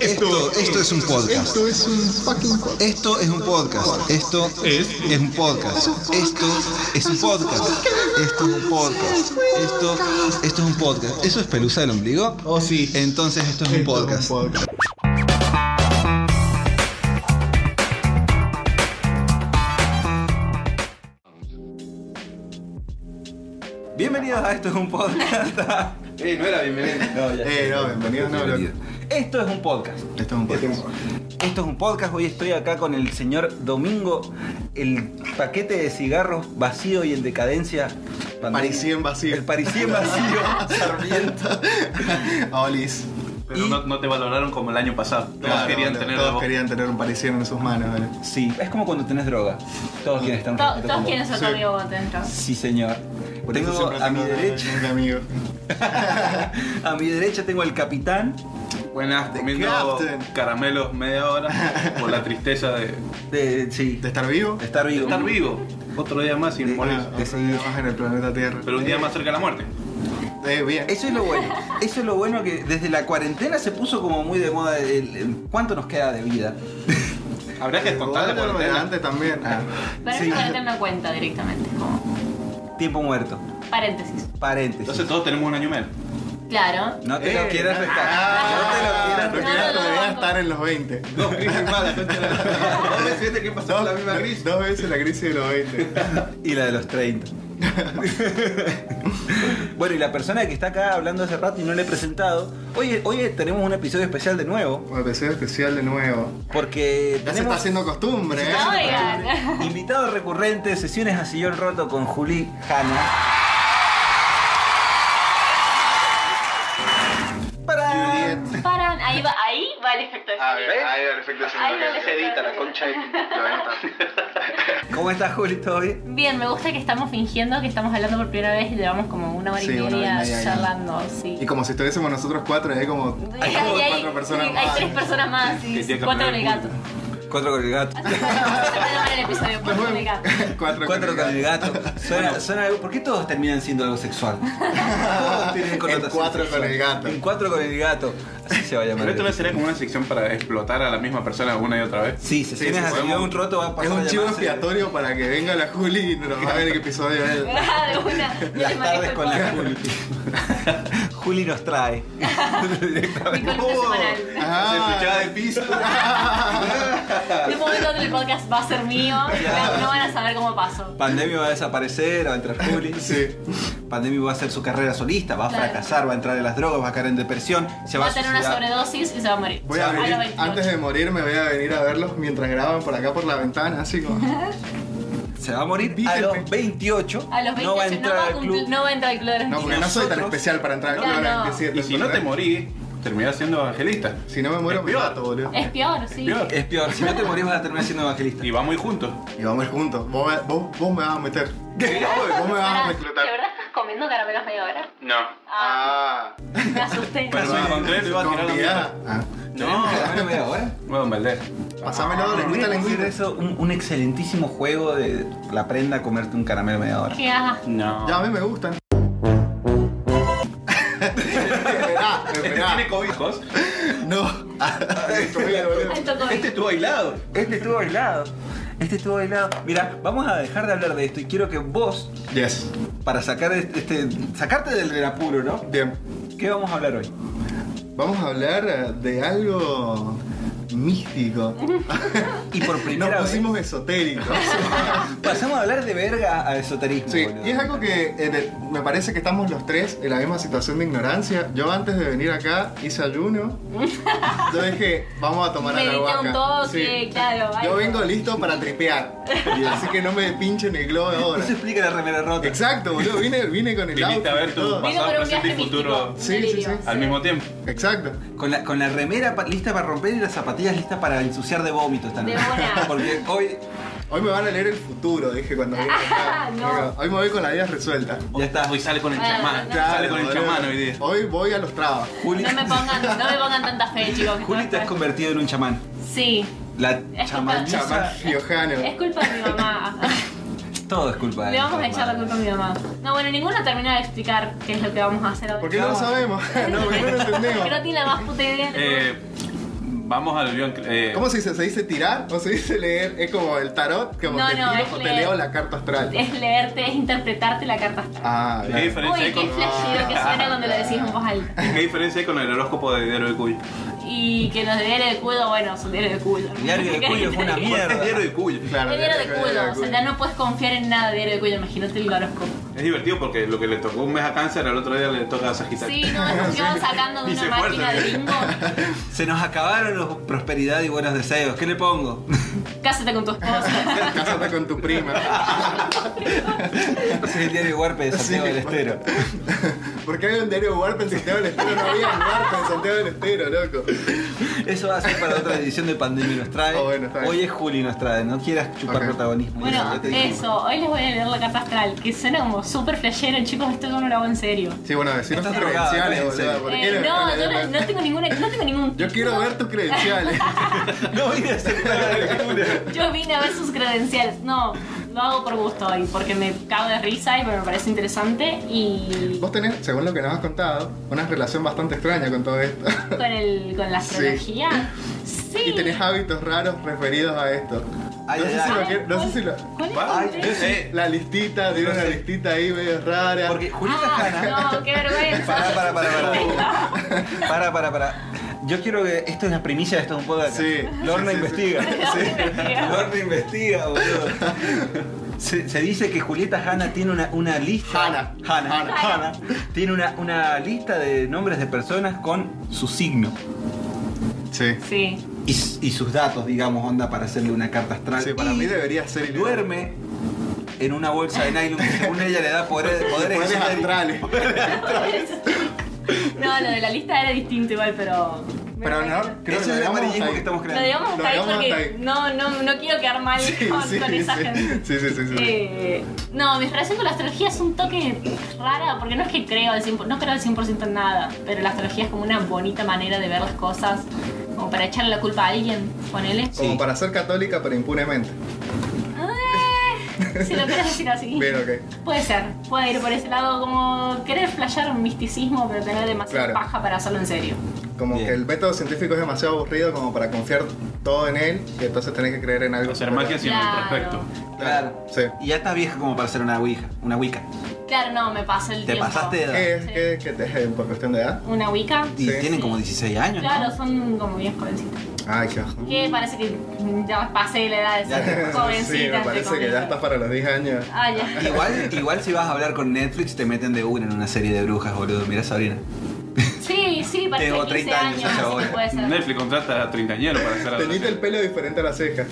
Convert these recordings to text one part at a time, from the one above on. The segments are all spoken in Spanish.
Esto, esto es un podcast. Esto es un fucking podcast. Esto es un podcast. Esto es, un podcast. Esto es un podcast. Esto es un podcast. Esto, esto es un podcast. ¿Eso es pelusa del ombligo? Oh, sí. Entonces esto es un podcast. Bienvenidos a Esto es un podcast. Eh, no era bienvenido. eh, no, bienvenido. No, Bienvenido. Esto es un podcast. Esto es un podcast. Esto es un podcast, hoy estoy acá con el señor Domingo, el paquete de cigarros vacío y en decadencia. pandemia. Parisien vacío. El parisien vacío. Sarmiento. A Olis. Pero Y- no, no te valoraron como el año pasado. Todos Claro, querían boludo, tener todos la voz. querían tener un parisien en sus manos. boludo. Sí, es como cuando tenés droga. Ah. Todos quieren estar un To- poquito todos como- quieren ser tu Sí. amigo cuando te entras. Sí, señor. Por eso Tengo siempre a mi tengo derecha, un amigo. a mi derecha tengo al capitán Buenas, comiendo Captain. caramelos media hora por la tristeza de, de sí, ¿De estar vivo? de estar de vivo. estar vivo. Otro día más sin De- morir. Ah, otro día más en el planeta Tierra. Pero un día más cerca de la muerte. Eh, bien. Eso es lo bueno. Eso es lo bueno que desde la cuarentena se puso como muy de moda el- el- cuánto nos queda de vida. Habrá que descontar la Igual, cuarentena. antes también. Eh, Ah. Para Sí. mí pueden tener una cuenta directamente, como Tiempo muerto. paréntesis. Paréntesis. Entonces todos tenemos un año menos. Claro. No te lo Eh, quieras no. restar. Ah, no te lo lo que quieras No, era no, no, debería no. estar en los 20. Dos crisis más, la concha de la lora. No me sientes que pasó la misma crisis. Dos veces la crisis de los 20. restar. Y la de los 30. bueno, y la persona que está acá hablando hace rato y no le he presentado. Hoy, hoy tenemos un episodio especial de nuevo. Un episodio especial de nuevo. Porque Ya se está tenemos haciendo costumbre, ¿eh? Oigan. invitado recurrente, sesiones a sillón roto con Juli Hanna. ¡Para! Juliet. Paran, ahí va, ahí va el efecto de sonido. ahí el efecto Ahí va el efecto de sonido. ¿Cómo estás, Juli? ¿Todo bien? Bien, me gusta que estamos fingiendo que estamos hablando por primera vez y llevamos como una hora y Sí, una hora y media media, ya. charlando, sí. Y como si estuviésemos nosotros cuatro, hay como, hay Y como hay- cuatro personas sí, más. Hay tres personas más, Que sí, sí, tiene que cuatro con el aprender gato. el Cuatro con el gato. Así que vamos a terminar el episodio, cuatro con el gato. cuatro, Cuatro con el gato. Suena, suena algo- ¿Por qué todos terminan siendo algo sexual? Todos tienen connotación cuatro con el gato. En cuatro con el gato. Así se va a llamar. Pero esto no sería como una sección para explotar a la misma persona una y otra vez. Sí, se tienes sí, así podemos- un roto va a Es pasar. un a chivo eh? llamarse expiatorio para que venga la Juli y nos va a ver qué episodio es. Ah, de una, yo le Las manejo tardes el con la cuadro. Juli. Juli nos trae. Mi columna semanal. Se escuchaba Ah, de piso. De un momento a otro el podcast va a ser mío, no no van a saber cómo pasó. Pandemia va a desaparecer, va a entrar Juli. sí. Pandemia va a hacer su carrera solista, va a Claro. fracasar, va a entrar en las drogas, va a caer en depresión, se va, Va a a tener una suicidar. sobredosis y se va a morir. Voy a los venir, 28. antes de morir me voy a venir a verlos mientras graban por acá por la ventana, así como. Se va a morir a Díganme. los 28. A los 28 No va a entrar al cumplir- club. no va a entrar al club de los No, porque no soy tan nosotros- especial para entrar al Ya club a no. las 27. Y si no te ¿entendés? morís, terminás siendo evangelista. Si no me muero, Es me peor. mato, boludo. Es peor, sí. Peor. Es peor, si no te morís vas a terminar siendo evangelista. Y va muy juntos. Y vamos a ir juntos. Vos, me- vos, vos me vas a meter. Vos me vas a Pará, ¿De reclutar. verdad estás comiendo caramelos media hora? No. Ah, me asusté. Pero- Perdón, me encontré, le iba a tirar la convidada. Ah. No. ¿Caramelo media hora? Bueno, Valdés. Ah, Pasámelo, le Hubiera invita sido la eso un, un excelentísimo juego de la prenda comerte un caramelo media hora. Qué asco. No. Ya a mí me gustan. esperá, Este esperá. tiene cobijos. No. Alto COVID. Este estuvo aislado. Este estuvo aislado. Este estuvo aislado. Mira, vamos a dejar de hablar de esto y quiero que vos, yes. para sacar este, este- sacarte del, del apuro, ¿no? Bien. ¿Qué vamos a hablar hoy? Vamos a hablar eh, de algo místico. Y por Nos primera vez pusimos esotéricos. pasamos a hablar de verga a esoterismo. Sí, boludo. y es algo que eh, de- me parece que estamos los tres en la misma situación de ignorancia. Yo antes de venir acá hice ayuno. Yo dije, vamos a tomar Me diste ayahuasca. un toque, Sí. claro. Yo algo. vengo listo para tripear. Así que no me pinchen el globo de ahora. Eso explica la remera rota. Exacto, boludo. Vine, vine con el Viniste auto. a ver tu Vino pasado, por un presente viaje y futuro místico. Sí, sí, delirio. sí. al mismo tiempo. Exacto. Con la, con la remera pa- lista para romper y las zapatillas listas para ensuciar de vómitos De también. una. Porque hoy Hoy me van a leer el futuro, dije cuando vine acá. No. Hoy me voy con la vida resuelta. ya está. Hoy Ah, sale con el Bueno, chamán. Ah, no. Sale con el boludo. chamán hoy día. Hoy voy a los trabas. Juli, No me pongan, no me pongan tanta fe, chicos. que Juli te has estoy- convertido en un chamán. Sí. La Es chamán. culpa- Chamán riojano. Es culpa de mi mamá. Todo es culpa de Le vamos a él, echar la culpa a mi mamá. No, bueno, ninguno termina de explicar qué es lo que vamos a hacer ahora. Porque no lo sabemos. No, porque no lo entendemos. Creo que tiene la más puta idea. Eh, Vamos al guión. eh, ¿Cómo se dice? ¿Se dice tirar o se dice leer? Es como el tarot, como No, te no, tiro es o te leer. leo la carta astral. Es leerte, es interpretarte la carta astral. Ah, ¿Qué claro. diferencia Uy, hay qué con.? flashero que suena cuando lo decís en voz alta. ¿Qué diferencia hay con el horóscopo de Diario de Cuyo? Y que los de diario de culo, bueno, son diario de culo. Diario de culo es una Es Diario mierda. de Cuyo. Claro, Es diario de culo, o sea, ya no puedes confiar en nada de diario de culo, imagínate el horóscopo. Es divertido porque lo que le tocó un mes a Cáncer, al otro día le toca a Sagitario. Sí, no, es como que van sacando de Ni una se máquina de esfuerzan. bingo. Se nos acabaron los prosperidad y buenos deseos. ¿Qué le pongo? Cásate con tu esposa. Cásate con tu prima. Ese es el diario Huarpe de Santiago del Estero. ¿Por qué hay un diario Warp en Santiago del Estero? No había un Warp en Santiago del Estero, loco. Eso va a ser para otra edición de Pandemia nos trae. Oh, bueno, está bien. Hoy es Juli nos trae, no quieras chupar Ok. protagonismo. Bueno, Ya te dije. eso, hoy les voy a leer la carta astral, que suena como súper flashero, chicos, esto yo no lo hago en serio. Sí, bueno, decir tus Estás drogada, credenciales, en serio. boludo. ¿Por qué Eh, le- no, yo no, no tengo ninguna, no tengo ningún Yo quiero ver tus credenciales. No vine a hacer nada de lectura. Yo vine a ver sus credenciales. No, lo hago por gusto hoy, porque me cago de risa y me parece interesante. Y Vos tenés, según lo que nos has contado, una relación bastante extraña con todo esto. con, el, con la astrología. Sí. Y tenés hábitos raros referidos a esto. Ay, no ay, sé si ay. lo quiero- No sé si lo. ¿Cuál es Ay, el es- tema? eh, La listita, tiene una listita ahí medio rara. Porque Julieta Jana. Ah, no, qué vergüenza. Para, para, para, para. Para, para, para. Yo quiero que. Esto es la primicia de esto es un podcast. Sí, Lorna sí, sí, investiga. Investiga. Lorna investiga, boludo. Se, se dice que Julieta Hanna tiene una, una lista. Hanna. Hanna. Hanna. Hanna. Tiene una, una lista de nombres de personas con su signo Sí. Sí. y, s- y sus datos, digamos, onda, para hacerle una carta astral. Sí, para Y mí debería ser ilegal. Duerme en una bolsa de nylon que según ella le da poder- poderes Poderes astrales. No, lo de la lista era distinto igual, pero. Pero no, creo Ese que lo es el dejamos amarillismo ahí. que estamos Lo creando. digamos hasta Lo ahí digamos porque hasta ahí. no, no, no quiero quedar mal Sí, con, sí, con sí, esa sí. gente. Sí, sí, sí, sí. Eh, no, mi relación con la astrología es un toque rara porque no es que creo al 100%, no creo al 100% en nada, pero la astrología es como una bonita manera de ver las cosas, como para echarle la culpa a alguien, ponele. Como para ser católica, pero impunemente. Eh, si lo quieres decir así. Bien, ok. Puede ser, puede ir por ese lado, como querer flashear un misticismo, pero tener demasiada Claro. paja para hacerlo en serio. Como Bien. que el método científico es demasiado aburrido como para confiar todo en él y entonces tenés que creer en algo. Hacer magia sin el Claro. prospecto. Claro. Sí. Y ya estás vieja como para hacer una ouija. Una wicca. Claro, no, me pasa el Te tiempo. pasaste de edad. ¿Qué es? Sí. ¿Qué, qué te por cuestión de edad? ¿Una Wicca? Y Sí. tienen como 16 años. ¿no? Claro, son como bien jovencitas. Ay, qué bajo. Que parece que ya pasé la edad de Ya te ser pasó. jovencita. Sí, me entre parece que comillas. ya estás para los 10 años. Ah, ya. Igual, igual si vas a hablar con Netflix te meten de una en una serie de brujas, boludo. Mira Sabrina. Sí, sí, parece Tengo que 15 30 años años, hace así que ahora. puede ser. Netflix contrata a treintañeros para hacer algo. Teñiste el pelo diferente a la ceja.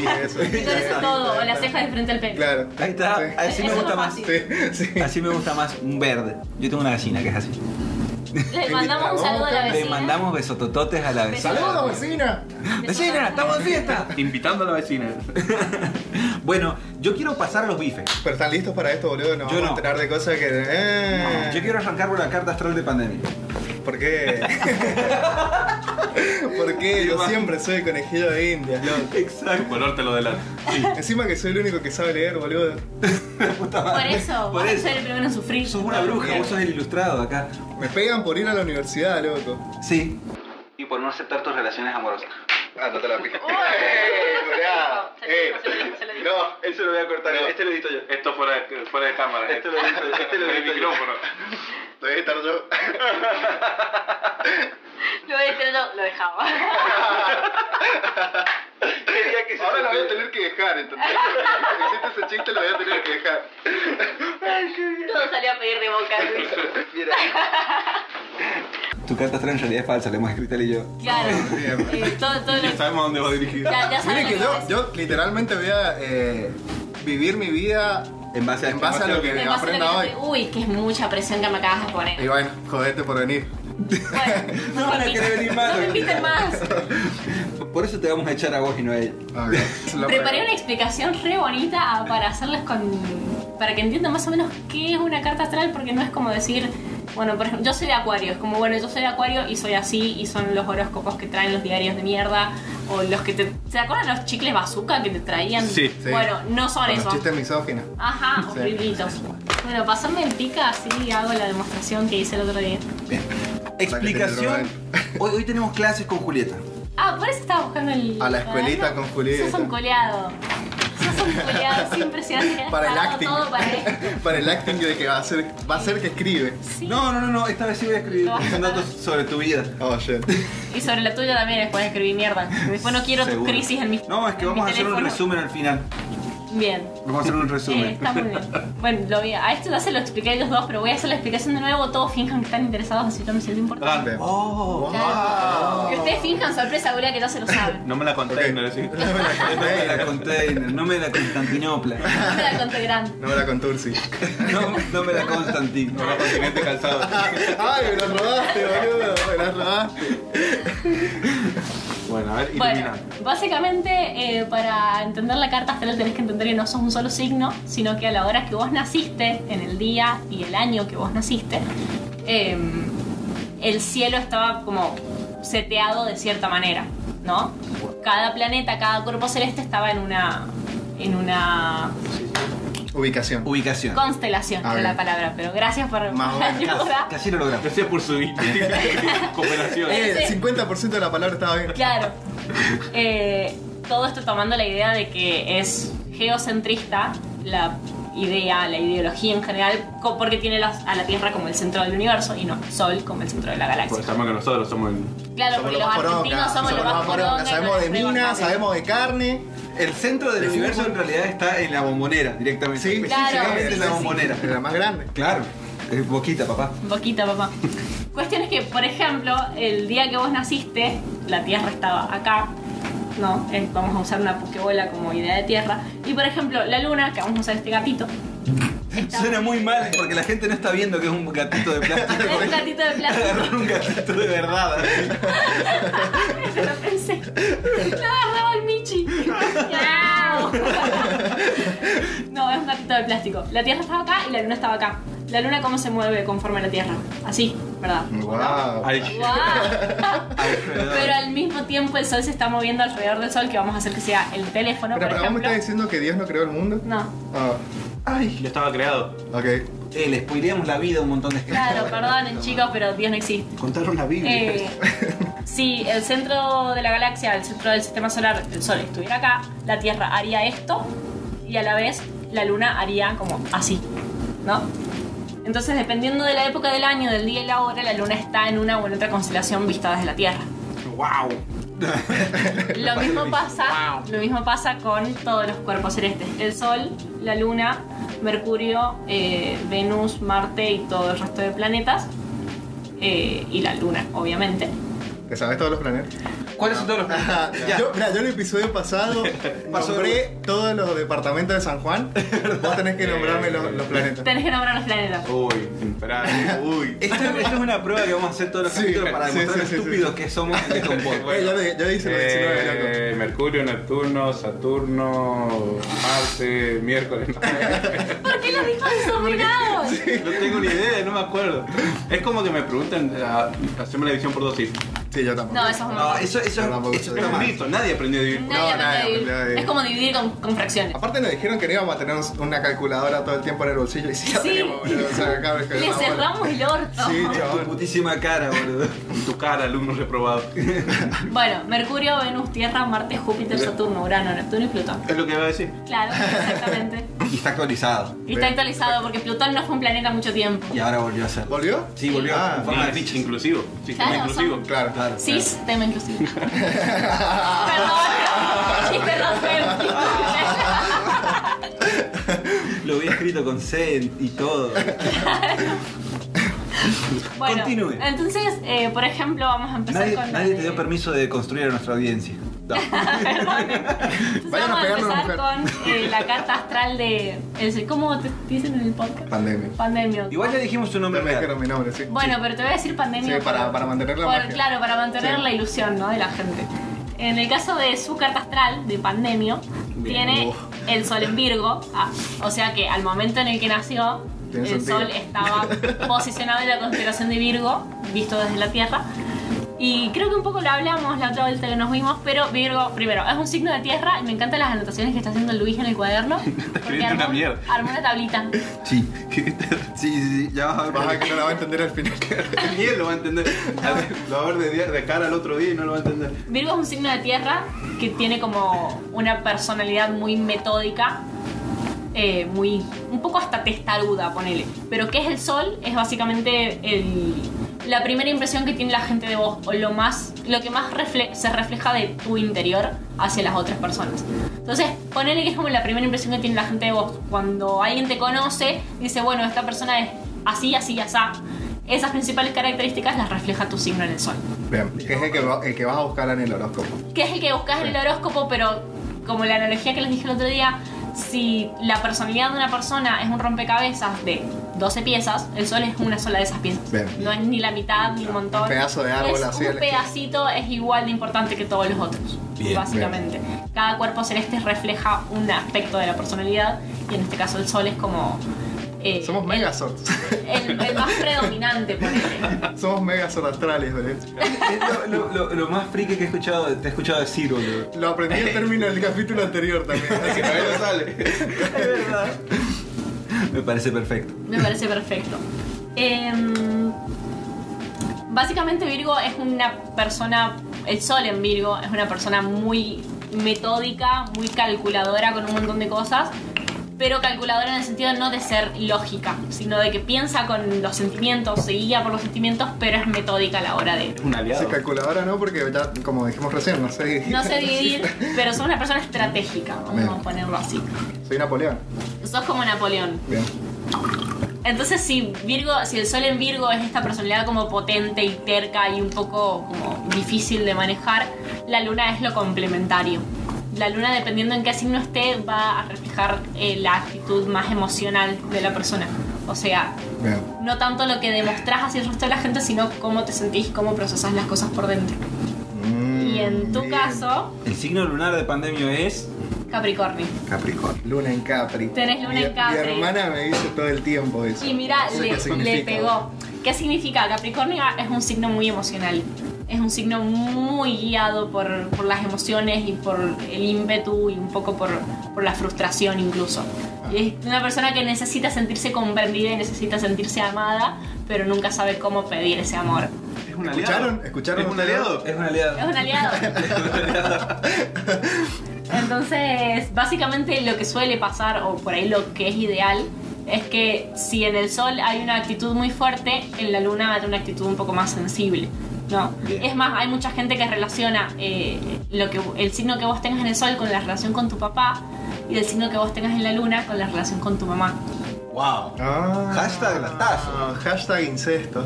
Y eso. Y con eso todo, o la ceja de frente al pelo. Claro. Ahí está. Así me Eso gusta es más. fácil. Sí, sí. Así me gusta más un verde. Yo tengo una gallina que es así. Le mandamos un saludo a la Le vecina. mandamos besotototes a la vecina. ¡Saludos, vecina! ¡Vecina! ¡Estamos en fiesta! Invitando a la vecina. Bueno, yo quiero pasar los bifes. Pero están listos para esto, boludo. Nos Yo vamos a no. enterar de cosas que. Eh, Yo quiero arrancar por la carta astral de pandemia. ¿Por qué? ¿Por qué? Yo siempre soy conejillo de India. Exacto. Tu color te lo delata. Encima que soy el único que sabe leer, boludo. Por eso, Por vos eso. sos el primero en sufrir. Sos una bruja, vos sos el ilustrado acá. Me pegan por ir a la universidad, loco. Sí. Y por no aceptar tus relaciones amorosas. Ah, no te la pico. Se lo digo, se lo digo, se lo digo. Eh, No, Eso lo voy a cortar. este lo edito yo. Esto fuera de, fuera de cámara. Este lo edito yo. Este lo edito yo. micrófono. lo voy a editar yo. Lo de- pero no, lo dejaba. Ahora lo voy a tener que dejar, ¿entendés? Hiciste ese chiste, lo voy a tener que dejar. Todo salió a pedir de boca. Luis. Tu carta astral en realidad es falsa, la hemos escrito él y yo. Claro. Bien. Eh, todo, todo lo- Ya ya, sabemos a dónde va dirigido. ya Miren saben que lo yo, que yo literalmente voy a eh, vivir mi vida En base a- en base a lo que me pasa lo que aprenda hoy. yo- Uy, que es mucha presión que me acabas de poner. Y bueno, jodete por venir. Bueno, No van a me- querer venir más. No me inviten más. Por eso te vamos a echar a vos y no a ella. Ok, se lo Preparé prego. una explicación re bonita a- para hacerles con. para que entiendan más o menos qué es una carta astral, porque no es como decir. Bueno, por ejemplo, yo soy de Acuario, es como, bueno, yo soy de Acuario y soy así, y son los horóscopos que traen los diarios de mierda, o los que te... ¿Se acuerdan los chicles bazooka que te traían? Sí, sí. Bueno, no son Con eso. los chistes misóginos. Ajá, Sí. horriblitos. Bueno, pasame el pica, así hago la demostración que hice el otro día. Explicación. que Hoy, hoy tenemos clases con Julieta. Ah, por eso estaba buscando el. A la escuelita con Julieta. Sos un coleado. Sos un coleado, es impresionante. Para el Preparado acting. Todo para esto. Para el acting de que va a ser, va a ser que escribe. Sí. No, no, no, no, esta vez sí voy a escribir No. datos sobre tu vida. Oh shit. Y sobre la tuya también después escribí mierda. Después no quiero tu Seguro. crisis en mi. No, es que en vamos mi a hacer un teléfono. resumen al final. Bien. Vamos a hacer un resumen. Eh, está muy bien. Bueno, lo vi. A esto ya se lo expliqué a ellos dos, pero voy a hacer la explicación de nuevo. Todos finjan que están interesados, así yo me siento importante. Grande. Oh, Claro. Que ustedes finjan sorpresa, Julia, que ya se lo saben. No me la Ok. conté, no No decís. me la no me la conté. container, no me la Constantinopla, No me la conté grande. No me la contó Ursi. no, no me la Constantino. No, continente calzado. Ay, me la robaste, boludo. Me la robaste. Bueno, a ver, Bueno, ilumina. básicamente eh, para entender la carta astral tenés que entender que no sos un solo signo, sino que a la hora que vos naciste, en el día y el año que vos naciste, eh, el cielo estaba como seteado de cierta manera, ¿no? Cada planeta, cada cuerpo celeste estaba en una, en una Ubicación. Ubicación. constelación, Ah, era bien. la palabra, pero gracias por Más o la menos. ayuda. Casi lo logramos. Gracias por su cooperación. Eh, el 50% de la palabra estaba bien. Claro. Eh, todo esto tomando la idea de que es geocentrista la idea, la ideología en general, co- porque tiene las- a la Tierra como el centro del universo y no al Sol como el centro de la Por galaxia. que nosotros somos el. Claro, porque los argentinos somos los más poronga, Sabemos de minas, sabemos de carne. El centro del Sí, universo sí. en realidad está en la bombonera, directamente. Sí, Claro. Específicamente en la bombonera. Era más grande. Claro, es boquita, papá. Boquita, papá. Cuestión es que, por ejemplo, el día que vos naciste, la Tierra estaba acá, ¿no? Eh, vamos a usar una pokebola como idea de Tierra. Y, por ejemplo, la Luna, que vamos a usar este gatito. estaba- Suena muy mal porque la gente no está viendo que es un gatito de plástico. Es un gatito de plástico. Agarraron un gatito de verdad. así. Yo lo pensé. Lo agarraba el Michi. ¡Miau! No, es un gatito de plástico. La Tierra estaba acá y la Luna estaba acá. La Luna cómo se mueve conforme a la Tierra. Así, ¿verdad? Mm. Wow. Ay, ¡Guau! Alrededor. Pero al mismo tiempo el Sol se está moviendo alrededor del Sol, que vamos a hacer que sea el teléfono, Pero, por pero vos me ejemplo. estás diciendo que Dios no creó el mundo. No, Ah, yo estaba creado. ok. Eh, le spoileamos la vida a un montón de gente. claro, perdonen chicos, pero Dios no existe. Contaron la Biblia. Eh, si el centro de la galaxia, el centro del sistema solar, el Sol estuviera acá, la Tierra haría esto y a la vez la Luna haría como así, ¿no? Entonces, dependiendo de la época del año, del día y la hora, la Luna está en una u en otra constelación vista desde la Tierra. ¡Wow! Lo mismo pasa, lo mismo pasa con todos los cuerpos celestes: el Sol, la Luna, Mercurio, eh, Venus, Marte y todo el resto de planetas. eh, y la Luna, obviamente. ¿Te sabes todos los planetas? ¿Cuáles son todos los Ajá. Ya. Yo, mira, yo en el episodio pasado nombré todos los departamentos de San Juan. Vos tenés que nombrarme los, los planetas. Tenés que nombrar los planetas. Uy, esperá. Uy. Esta, esta es una prueba que vamos a hacer todos los Sí, capítulos para sí, demostrar sí, sí, lo estúpidos sí. que somos de Compot. Eh, yo, le- yo hice los 19 loco. Eh, Mercurio, Neptuno, Saturno, Marte, miércoles. ¿Por qué los dijo desordenados? No tengo ni idea, no me acuerdo. Es como que me preguntan, ah, hacemos la división por dosis. Sí, yo tampoco. No, eso es un No, eso, eso, Yo tampoco eso soy Es está un mal. mito, nadie aprendió a dividir. Nadie no, nada, Ah, aprende a dividir. nadie. Es como dividir con, con fracciones. Aparte nos dijeron que no íbamos a tener una calculadora todo el tiempo en el bolsillo y sí la Sí. tenemos, boludo. O sea, cabrón, que Le no, ah, bueno. cerramos el orto. Sí, Tu chaval. putísima cara, boludo. En tu cara, alumno reprobado. Bueno, Mercurio, Venus, Tierra, Marte, Júpiter, Saturno, Urano, Neptuno y Plutón. Es lo que iba a decir. Claro, exactamente. Y está actualizado. Y está actualizado porque Plutón no fue un planeta mucho tiempo. Y ahora volvió a ser. ¿Volvió? Sí, volvió Ah, en forma de Cis, ficha. inclusivo. Sistema Claro, inclusivo. son- Claro. Claro. Cis, tema inclusivo. Perdón, chiste transférmico. Lo había escrito con C y todo. Bueno, Continúe. entonces, eh, por ejemplo, vamos a empezar Nadie, con... eh, nadie te dio permiso de construir a nuestra audiencia. Entonces Vayan a vamos a pegarle a empezar la con eh, la carta astral de... el- ¿Cómo te dicen en el podcast? Pandemia. Pandemia. Igual ya dijimos su Ya nombre. me real. dijeron mi nombre, sí. Bueno, pero te voy a decir pandemia. Sí, para- para mantener la magia. Claro, para mantener Sí. la ilusión ¿no? de la gente. En el caso de su carta astral, de pandemia, tiene Uf. el sol en Virgo. Ah, o sea que al momento en el que nació, el Tiene sentido. sol estaba posicionado en la constelación de Virgo, visto desde la Tierra. Y creo que un poco lo hablamos la otra vuelta que nos vimos, pero Virgo, primero, es un signo de tierra y me encantan las anotaciones que está haciendo Luis en el cuaderno. porque escribiendo una armó- mierda. Armó una tablita. Sí. Sí, sí, sí, ya vas a ver. Vas a ver que no la va a entender al final. Ni él lo va a entender. A ver, lo va a ver de, día- de cara al otro día y no lo va a entender. Virgo es un signo de tierra que tiene como una personalidad muy metódica, eh, muy un poco hasta testaruda, ponele. Pero ¿qué es el sol? Es básicamente el- la primera impresión que tiene la gente de vos o lo, más, lo que más refle- se refleja de tu interior hacia las otras personas. Entonces, ponele que es como la primera impresión que tiene la gente de vos. Cuando alguien te conoce, dice, bueno, esta persona es así, así, asá. Esas principales características las refleja tu signo en el sol Vean, que es el que, va- el que vas a buscar en el horóscopo. que es el que buscas en el horóscopo, pero como la analogía que les dije el otro día, si la personalidad de una persona es un rompecabezas de 12 piezas, el sol es una sola de esas piezas. Bien. No es ni la mitad ni un montón. Un pedazo de árbol es así Un al estilo. pedacito es igual de importante que todos los otros. Bien, básicamente. Cada cuerpo celeste refleja un aspecto de la personalidad y en este caso el sol es como. eh, Somos el- megazords. El, el más predominante, ponele. Somos megazords astrales, ¿verdad? Es lo, lo- lo- lo más friki que he escuchado, te he escuchado decir, boludo. Lo aprendí al término del capítulo anterior también. así Que que- a ver, sale. Me parece perfecto. Me parece perfecto. Em, básicamente Virgo es una persona, el sol en Virgo es una persona muy metódica, muy calculadora con un montón de cosas, pero calculadora en el sentido no de ser lógica, sino de que piensa con los sentimientos, se guía por los sentimientos, pero es metódica a la hora de... Un aliado. Sí, calculadora no, porque ya, como dijimos recién, no sé. No sé dividir, pero sos una persona estratégica, vamos a Bien. ponerlo así. Soy Napoleón. Sos como Napoleón. Bien. Entonces si Virgo, si el sol en Virgo es esta personalidad como potente y terca y un poco como difícil de manejar, la luna es lo complementario. La luna, dependiendo en qué signo esté, va a reflejar eh, la actitud más emocional de la persona. O sea, Bien. no tanto lo que demostrás hacia el resto de la gente, sino cómo te sentís, cómo procesas las cosas por dentro. Y en tu Bien. caso, El signo lunar de pandemio es Capricornio. Capricornio. Luna en Capri. Tenés luna Mi- en Capri. Mi hermana me dice todo el tiempo eso. Y mira, No sé qué le, le significa. pegó. ¿Qué significa? Capricornio es un signo muy emocional. Es un signo muy guiado por, por las emociones y por el ímpetu y un poco por, por la frustración incluso. Y es una persona que necesita sentirse comprendida y necesita sentirse amada, pero nunca sabe cómo pedir ese amor. Es un ¿Escucharon? ¿Escucharon ¿Es un ustedes? aliado? Es un aliado. Es un aliado. Entonces, básicamente lo que suele pasar, o por ahí lo que es ideal, es que si en el sol hay una actitud muy fuerte, en la luna va a tener una actitud un poco más sensible. No. Bien. Es más, hay mucha gente que relaciona eh, lo que, el signo que vos tengas en el sol con la relación con tu papá y el signo que vos tengas en la luna con la relación con tu mamá. Wow. Ah. Hashtag latazo. Hashtag incesto.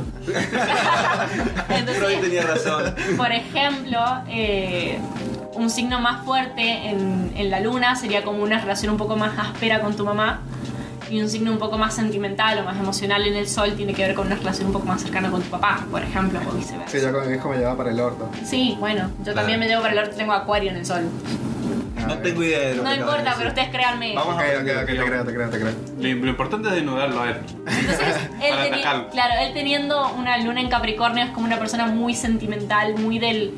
Entonces, Freud tenía razón. Por ejemplo, eh, un signo más fuerte en, en la luna sería como una relación un poco más áspera con tu mamá. Y un signo un poco más sentimental o más emocional en el sol tiene que ver con una relación un poco más cercana con tu papá, por ejemplo, o Sí, viceversa. yo con mi hijo me llevaba para el orto. Sí, bueno, yo también me llevo para el orto, tengo acuario en el sol. Ah, No bien. tengo idea de lo No que acabas de importa, pero decir. ustedes créanme. Ok, ok, ok, te creo, te creo, te creo. Lo, lo importante es desnudarlo a él. Entonces, él Para teni- atacarlo. claro, él teniendo una luna en Capricornio es como una persona muy sentimental, muy del.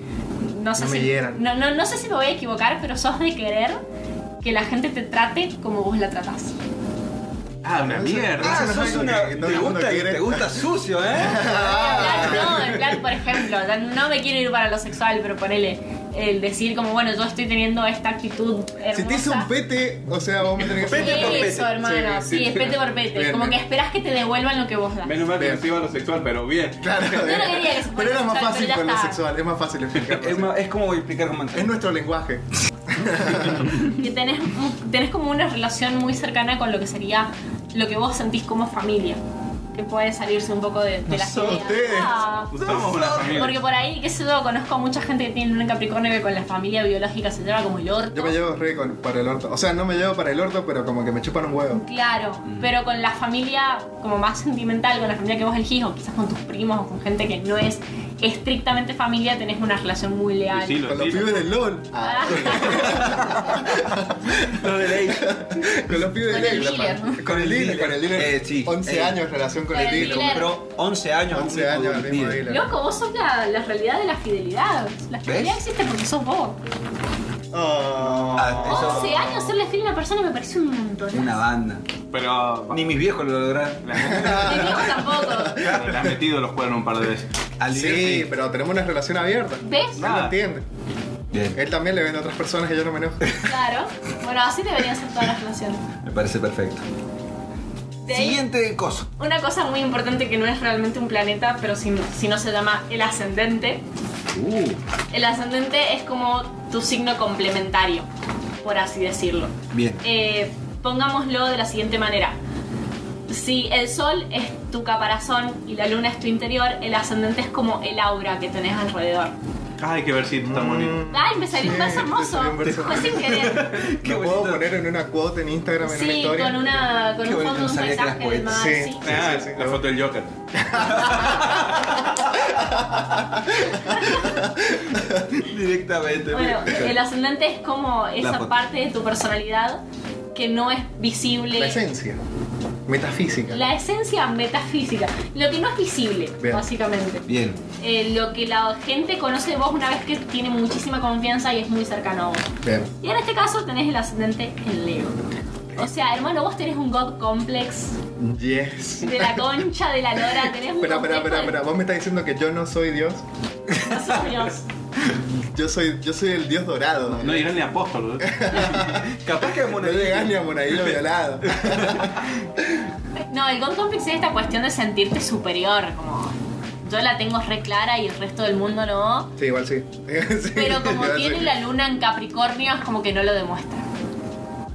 No sé, No me si, hieran. no, no, no sé si me voy a equivocar, pero sos de querer que la gente te trate como vos la tratás. Ah, una mierda. Ah, Eso no es sos algo una. que- que todo Te el mundo gusta, quiere. te gusta sucio, ¿eh? En plan, no, en plan, por ejemplo, no me quiero ir para lo sexual, pero ponele el decir como, bueno, yo estoy teniendo esta actitud hermosa. Si te hice un pete, o sea, vos me tenés que Pete por Sí, pete. Eso, hermano, sí, Sí, sí. es pete por pete. Bien, como bien. que esperás que te devuelvan lo que vos das. Menos mal que no se iba a lo sexual, pero bien. Claro, no bien. quería que se fuera Pero era más sexual, fácil pero ya con lo está. sexual, es más fácil explicarlo. Es, así. ma- es como explicar con Es manzana. nuestro lenguaje. que tenés, tenés como una relación muy cercana con lo que sería lo que vos sentís como familia. Que puede salirse un poco de, de las son ideas. ustedes. Ah, Somos una familia. porque por ahí, qué sé yo, conozco a mucha gente que tiene luna en Capricornio que con la familia biológica se lleva como el orto. Yo me llevo re con- para el orto. O sea, no me llevo para el orto, pero como que me chupan un huevo. Claro, Mm. pero con la familia como más sentimental, con la familia que vos elegís, o quizás con tus primos o con gente que no es estrictamente familia tenés una relación muy leal. Sí, lo Con los sí, pibes del LOL. Ah, Lo de ley. Con los pibes Con del el LOL. dealer, ¿no? Con el dealer. Con el dealer. Eh, sí. 11 Eh. años relación con Con el el dealer. dealer. Compró 11 años. 11 años al mismo dealer. dealer. Loco, vos sos la, la realidad de la fidelidad. La fidelidad existe porque sos vos. Ah, Eso- 11 años serle fiel a una persona me parece un montón. Una banda. Pero. ah, Ni mis viejos lo lograron. La, Mi viejo tampoco. la has metido los cuernos un par de veces. Al Sí, pero tenemos una relación abierta. Él ¿Ves? lo entiende. Bien, Él también le vende a otras personas y yo no me enojo. Claro. Bueno, así deberían ser todas las relaciones. me parece perfecto. De ahí, Siguiente cosa. una cosa muy importante que no es realmente un planeta, pero si, si no se llama el ascendente. Uh, El ascendente es como tu signo complementario, por así decirlo. bien. Eh, pongámoslo de la siguiente manera. Si el sol es tu caparazón y la luna es tu interior, el ascendente es como el aura que tenés alrededor. Ay, qué versito tan bonito. Ay, me salió un verso Sí, te hermoso. Pues salió un verso Fue sin querer. Qué ¿Lo bonito. puedo poner en una cuota en Instagram en una Sí, historia? con una con Qué un bonito, fondo de un sabía que eras paisaje del poeta. mar. Sí. sí. Ah, sí, sí. la foto del Joker. Directamente. Bueno, el ascendente es como esa foto. parte de tu personalidad que no es visible. La esencia. Metafísica. La esencia metafísica. Lo que no es visible, Bien. básicamente. Bien. Eh, lo que la gente conoce de vos una vez que tiene muchísima confianza y es muy cercano a vos. Bien. Y en este caso tenés el ascendente en Leo. O sea, hermano, vos tenés un God complex Yes. de la concha, de la lora, tenés un Espera, espera, complejo espera, espera. Vos me estás diciendo que yo no soy Dios. de dinosaurios. Yo soy, yo soy el Dios dorado. No dirán ni apóstol. Capaz que No llegas ni a Monaguillo violado. No, el God complex es esta cuestión de sentirte superior, como yo la tengo re clara y el resto del mundo no. Sí, igual sí. Sí, Pero como igual tiene sí. la luna en Capricornio, es como que no lo demuestra.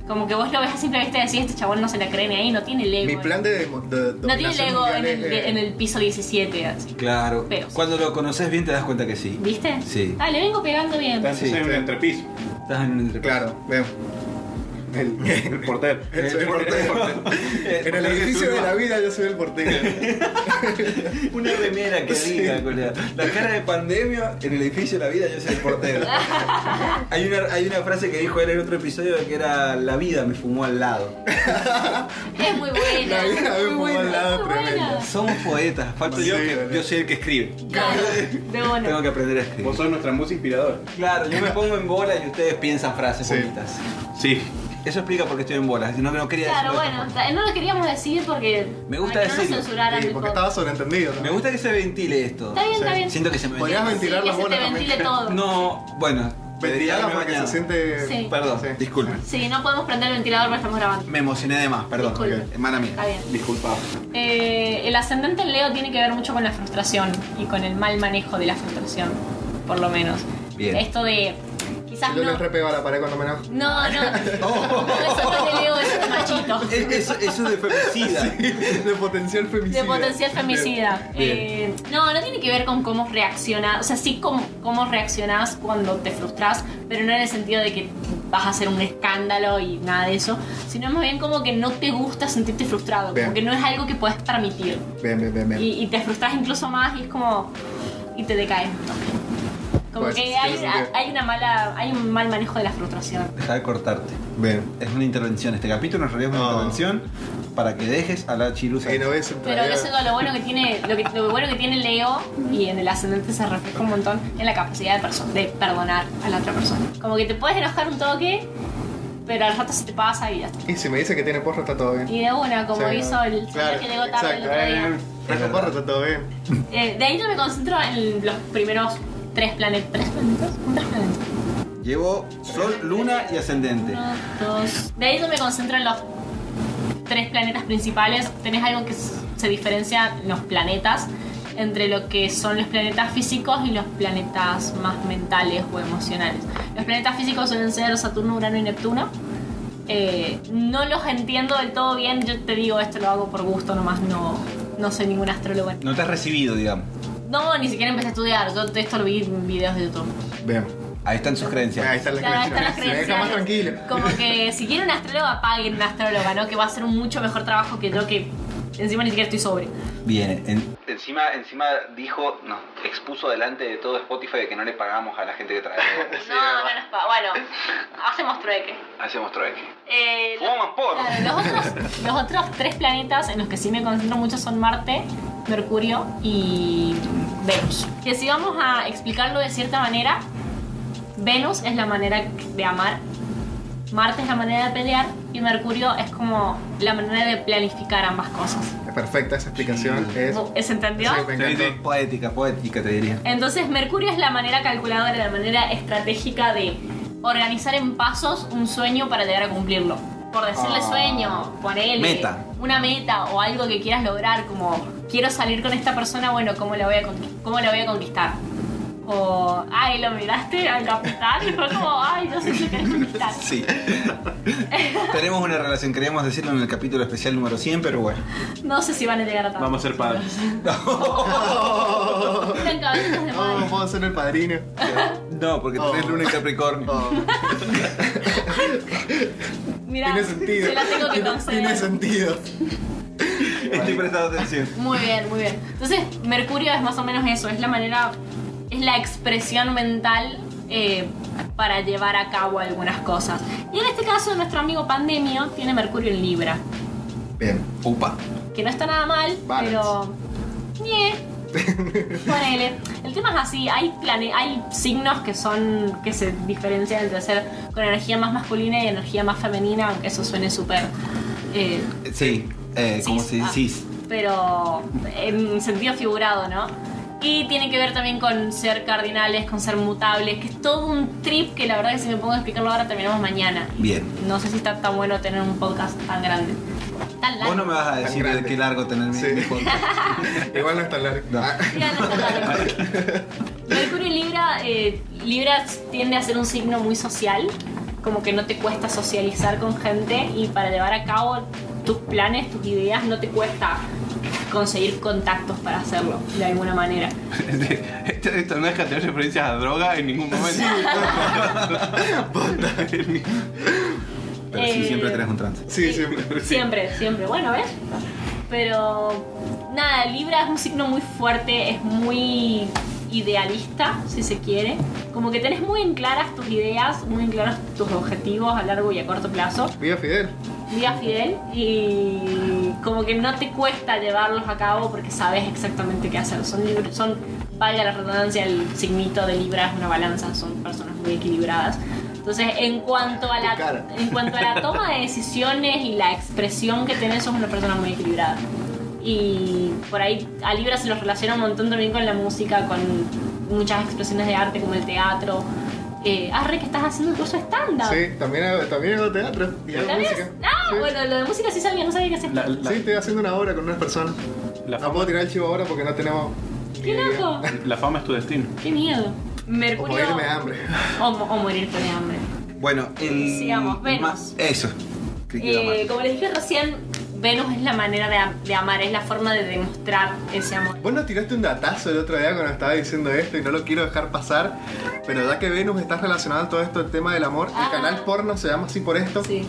Como que vos lo ves a simple vista y decís, este chabón no se la cree ni ahí, no tiene Lego. Mi plan de, demo- de No tiene dominación Lego mundial en el, es, eh, en el piso 17, así. Claro. Pero sí. Cuando lo conoces bien te das cuenta que sí. ¿Viste? Sí. Ah, le vengo pegando bien. Entonces Sí, hay un sí. entrepiso. Estás en un entrepiso. Claro, veo. El, El portero. el- soy el portero. en el portero que edificio de turba. la vida yo soy el portero. Una remera que Sí. diga, colega. La cara de pandemia en el edificio de la vida yo soy el portero. hay, una, hay una frase que dijo él en otro episodio que era la vida me fumó al lado. Es muy buena. La vida es me fumó al lado muy buena. tremendo. Somos poetas, falta Sí, yo boludo. que yo soy el que escribe. Claro, de Tengo bueno. que aprender a escribir. Vos sos nuestra musa inspiradora. Claro, yo me pongo en bola y ustedes piensan frases Sí. bonitas. Sí. Eso explica por qué estoy en bola, no, no quería Claro, decirlo de otra bueno, ta- no lo queríamos decir porque. Me gusta para que No decirlo. nos censuraran Sí, el porque podcast. estaba sobreentendido. ¿no? forma. Me gusta que se ventile esto. Está bien, Sí. está bien. Siento que se me Podrías ventila. ventilar sí, las que se te bolas también. ventile todo. No, bueno, Ventilala me porque bañaba. se siente. Sí. Perdón, Sí. disculpen. Sí, no podemos prender el ventilador porque estamos grabando. Me emocioné de más, perdón. Disculpe. Ok, Mala mía. Está bien. Disculpa. Eh, el ascendente en Leo tiene que ver mucho con la frustración y con el mal manejo de la frustración, por lo menos. Bien. Esto de. Quizás Yo no. les repego a la pared cuando me enojo. No, no. No, eso no es de Leo, eso es de machito. Es- Eso, eso es de femicida. De potencial femicida. De potencial femicida. Bien. Eh, no, no tiene que ver con cómo reaccionas, o sea, sí cómo, cómo reaccionás cuando te frustras, pero no en el sentido de que vas a hacer un escándalo y nada de eso, sino más bien como que no te gusta sentirte frustrado, Bien. como que no es algo que puedes permitir. Bien, bien, bien, bien. Y, y te frustras incluso más y es como. y te decaes. un toque. Como Pues, que sí, hay, sí, una- sí. hay una mala. hay un mal manejo de la frustración. Deja de cortarte. Bien. Es una intervención. Este capítulo en realidad es una No. intervención para que dejes a la chirusa. Y no ves un Pero traidor. eso es lo bueno que tiene, lo, que, lo bueno que tiene Leo y en el ascendente se refleja un montón en la capacidad de, perso- de perdonar a la otra persona. Como que te puedes enojar un toque, pero al rato se te pasa y ya está. Y si me dice que tiene porro, está todo bien. Y de una, como Sí, hizo el señor claro, que llegó tarde el otro día. exacto, eh, Trajo Es porro, verdad. está todo bien. Eh, de ahí yo me concentro en los primeros tres planetas. ¿Tres planetas? ¿Tres planetas? Llevo sol, luna y ascendente. Uno, dos. De ahí yo me concentro en los tres planetas principales. Tenés algo que s- se diferencia en los planetas entre lo que son los planetas físicos y los planetas más mentales o emocionales. Los planetas físicos suelen ser Saturno, Urano y Neptuno. Eh, no los entiendo del todo bien, yo te digo, esto lo hago por gusto nomás, no, no soy ningún astrólogo. No te has recibido, digamos. No, ni siquiera empecé a estudiar, yo de esto lo vi en videos de YouTube. Bien. Ahí están sus creencias. Ahí están las Claro, ahí están las credenciales. Me deja más credenciales. tranquilo. Como que si quiere un astrólogo, paguen una astróloga, ¿no? Que va a hacer un mucho mejor trabajo que yo que Encima ni siquiera estoy sobrio. Bien, en- Encima, encima dijo, nos expuso delante de todo Spotify de que no le pagamos a la gente que trae. No, no nos pa- Bueno, hacemos trueque. Hacemos trueque. Eh, los- Fumamos por. claro, los, otros, los otros tres planetas en los que sí me concentro mucho son Marte, Mercurio y Venus. Que si vamos a explicarlo de cierta manera, Venus es la manera de amar, Marte es la manera de pelear y Mercurio es como la manera de planificar ambas cosas. Perfecta esa explicación. Es, ¿Se entendió? sí, me encantó. Sí, poética, poética te diría. Entonces Mercurio es la manera calculadora, la manera estratégica de organizar en pasos un sueño para llegar a cumplirlo. Por decirle Ah. sueño, ponele Meta. una meta o algo que quieras lograr, como quiero salir con esta persona, bueno, ¿cómo la voy a, conqui- cómo la voy a conquistar? O, ay, lo miraste al capitán y fue como, ay, yo sé que querés conquistar. Sí. Tenemos una relación, queríamos decirlo en el capítulo especial número 100, pero bueno. No sé si van a llegar a tanto. Vamos a ser padres. Están cabezas de Oh, madre. puedo ser el padrino. No, porque tenés Oh. luna en Capricornio. Oh, Mirá, tiene sentido. se la tengo que Tiene- conceder. Tiene sentido. Estoy prestando atención. Muy bien, muy bien. Entonces, Mercurio es más o menos eso, es la manera, es la expresión mental eh, para llevar a cabo algunas cosas. Y en este caso, nuestro amigo Pandemio tiene Mercurio en Libra, Bien. Upa. que no está nada mal, Balance. pero... Ñe. Ponele. El tema es así, hay, plane- hay signos que son que se diferencian entre ser con energía más masculina y energía más femenina, aunque eso suene súper... eh, Sí, eh, ¿cómo se ah, dice? Cis. Pero en sentido figurado, ¿no? Y tiene que ver también con ser cardinales, con ser mutables, que es todo un trip que la verdad que si me pongo a explicarlo ahora terminamos mañana. Bien. No sé si está tan bueno tener un podcast tan grande. Tan largo. Vos no me vas a decir de grande. qué largo tener mi- Sí. mi podcast. Igual no es tan largo. No. Ah, Ya no está tan largo. Mercurio y Libra, eh, Libra tiende a ser un signo muy social, como que no te cuesta socializar con gente y para llevar a cabo tus planes, tus ideas, no te cuesta conseguir contactos para hacerlo de alguna manera. Esto, Este, esto no es que tener referencias a droga en ningún momento. Pero sí, Eh, siempre tenés un trance. sí, siempre. Siempre, siempre. Bueno, ¿ves? Pero nada, Libra es un signo muy fuerte, es muy idealista, si se quiere. Como que tenés muy en claras tus ideas, muy en claros tus objetivos a largo y a corto plazo. Viva Fidel. Viva Fidel y como que no te cuesta llevarlos a cabo porque sabes exactamente qué hacer. Son, libr- son valga la redundancia, el signito de Libra es una balanza, son personas muy equilibradas. Entonces, en cuanto a Tu cara. la, en cuanto a la toma de decisiones y la expresión que tenés, sos una persona muy equilibrada. Y por ahí a Libra se los relaciona un montón también con la música, con muchas expresiones de arte como el teatro. Eh, Arre, que estás haciendo un curso estándar. Sí, también hago, también hago teatro. Y hago ¿También? música. Ah, Sí. bueno, lo de música sí sabía, no sabía qué hacías. La, la- Sí, estoy haciendo una obra con unas personas. la No fama, puedo tirar el chivo ahora porque no tenemos. ¡Qué eh, loco! la fama es tu destino. ¡Qué miedo! O Mercurio. morirme de hambre. O, mo- o morirte de hambre. Bueno, el. Sigamos, Venus. ma- Eso. ¿Qué queda Eh, como les dije recién, Venus es la manera de, am- de amar, es la forma de demostrar ese amor. Vos nos tiraste un datazo el otro día cuando estaba diciendo esto y no lo quiero dejar pasar, pero ya que Venus está relacionado a todo esto, el tema del amor, Ah. el canal porno se llama así por esto. Sí.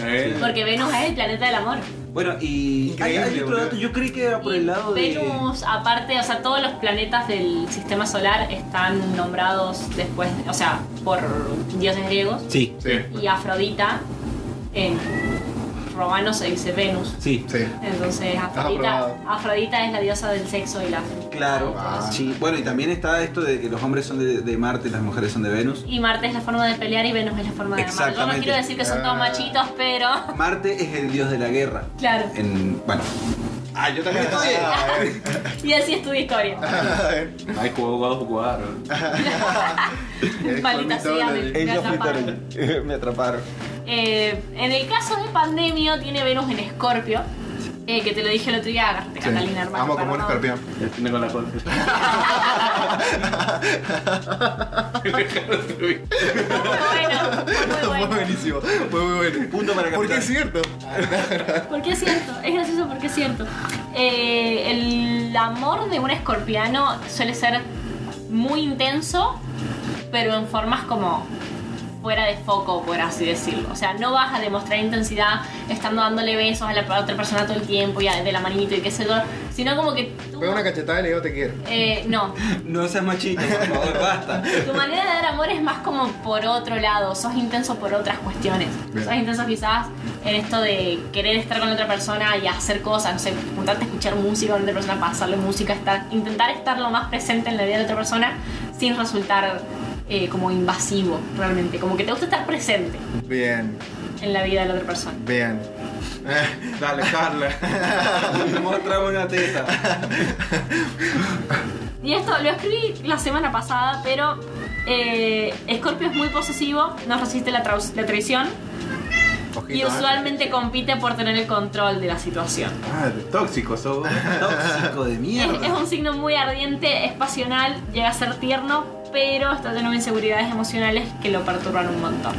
Eh, Porque Venus es el planeta del amor. más? Bueno, y. Hay, Increíble, hay otro boludo. dato, yo creí que era por Y el lado de. Venus, aparte, o sea, todos los planetas del sistema solar están nombrados después, o sea, por dioses griegos. Sí, Sí, Y Afrodita, en romano se dice Venus. sí. sí. Entonces, Afrodita, aprobado. Afrodita es la diosa del sexo y la Claro. Ah. Sí. Bueno, y también está esto de que los hombres son de, de Marte y las mujeres son de Venus. Y Marte es la forma de pelear y Venus es la forma de amar. Yo no Exactamente. quiero decir que son todos Ah. machitos, pero. Marte es el dios de la guerra. Claro. En, bueno, Ah, yo también estoy. Ah, eh. Y así estudia historia. Hay jugados jugadores. Es Maldita sea, formidable. me, me atraparon. me atraparon. Eh, en el caso de Pandemio, tiene Venus en Escorpio. eh, que te lo dije el otro día, agarrate, Sí. Catalina, hermano. Vamos como un perdón. escorpión. Ya tiene con la cosa. Muy bueno, muy Fue bueno. buenísimo, fue muy bueno. Punto para Porque capitán. es cierto. Porque es cierto, es gracioso porque es cierto. Eh, el amor de un escorpiano suele ser muy intenso, pero en formas como fuera de foco, por así decirlo. O sea, no vas a demostrar intensidad estando dándole besos a la otra persona todo el tiempo y a- de la manito y qué sé yo, sino como que tú... Pega una cachetada y le digo te quiero. Eh, no, No seas machito, por favor, basta. tu manera de dar amor es más como por otro lado, sos intenso por otras cuestiones. Bien. Sos intenso quizás en esto de querer estar con otra persona y hacer cosas, no sé, juntarte a escuchar música con otra persona, pasarle música, estar, intentar estar lo más presente en la vida de la otra persona sin resultar eh, como invasivo realmente, como que te gusta estar presente Bien, en la vida de la otra persona. bien. Dale, Carla. Mostrame una teta. Y esto lo escribí la semana pasada, pero eh, Scorpio es muy posesivo, no resiste la, traus- la traición Ojito, y ¿eh? usualmente compite por tener el control de la situación. Madre, tóxico, sos vos. Tóxico de Es, mierda. es un signo muy ardiente, es pasional, llega a ser tierno, pero está lleno de inseguridades emocionales que lo perturban un montón.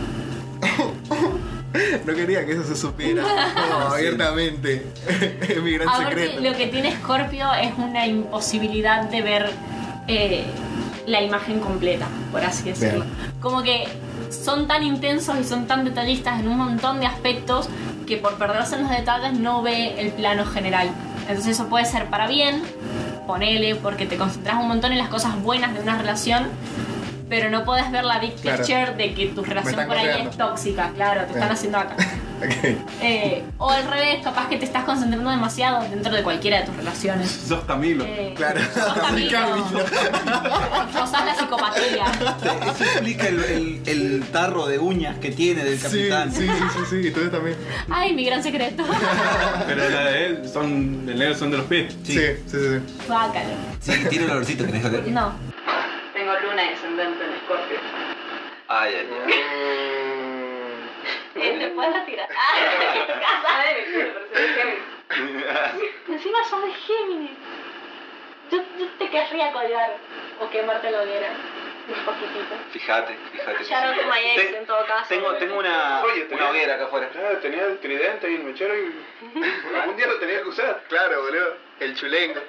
No quería que eso se supiera como abiertamente. es mi gran Aparte, secreto. lo que tiene Scorpio es una imposibilidad de ver eh, la imagen completa, por así decirlo. Como que son tan intensos y son tan detallistas en un montón de aspectos que por perderse en los detalles no ve el plano general. Entonces eso puede ser para bien, ponele, porque te concentras un montón en las cosas buenas de una relación, pero no podés ver la big Claro. picture de que tu relación están por ahí copiando. es tóxica, claro, te están Bien. haciendo acá. Ok. Eh, o al revés, capaz que te estás concentrando demasiado dentro de cualquiera de tus relaciones. Sos Tamilo. Eh, Claro. sos Camilo, Forzás la psicopatía. Eso explica el, el- el tarro de uñas que tiene del Sí, capitán. sí, sí, sí, sí, y tú también. Ay, mi gran secreto. Pero la de él son. Del negro son de los pies. Sí, sí, sí. sí, Bácalo. Sí, tiene un olorcito que deja que- No. Tengo luna descendente en Escorpio. Ay, ay, ay. Eh, ¿Te puedes retirar? Ah, casa de mi culo, pero soy de Géminis. Encima son de Géminis. Yo, te querría colgar o quemarte la hoguera. Un poquitito. Fíjate, fíjate. Ya no soy my ex Ten- en todo caso. Tengo, tengo una, Oye, una tenía- hoguera acá afuera. Claro, Ah, tenía el tridente y el mechero y. Algún día lo tenía que usar. Claro, boludo. El chulengo.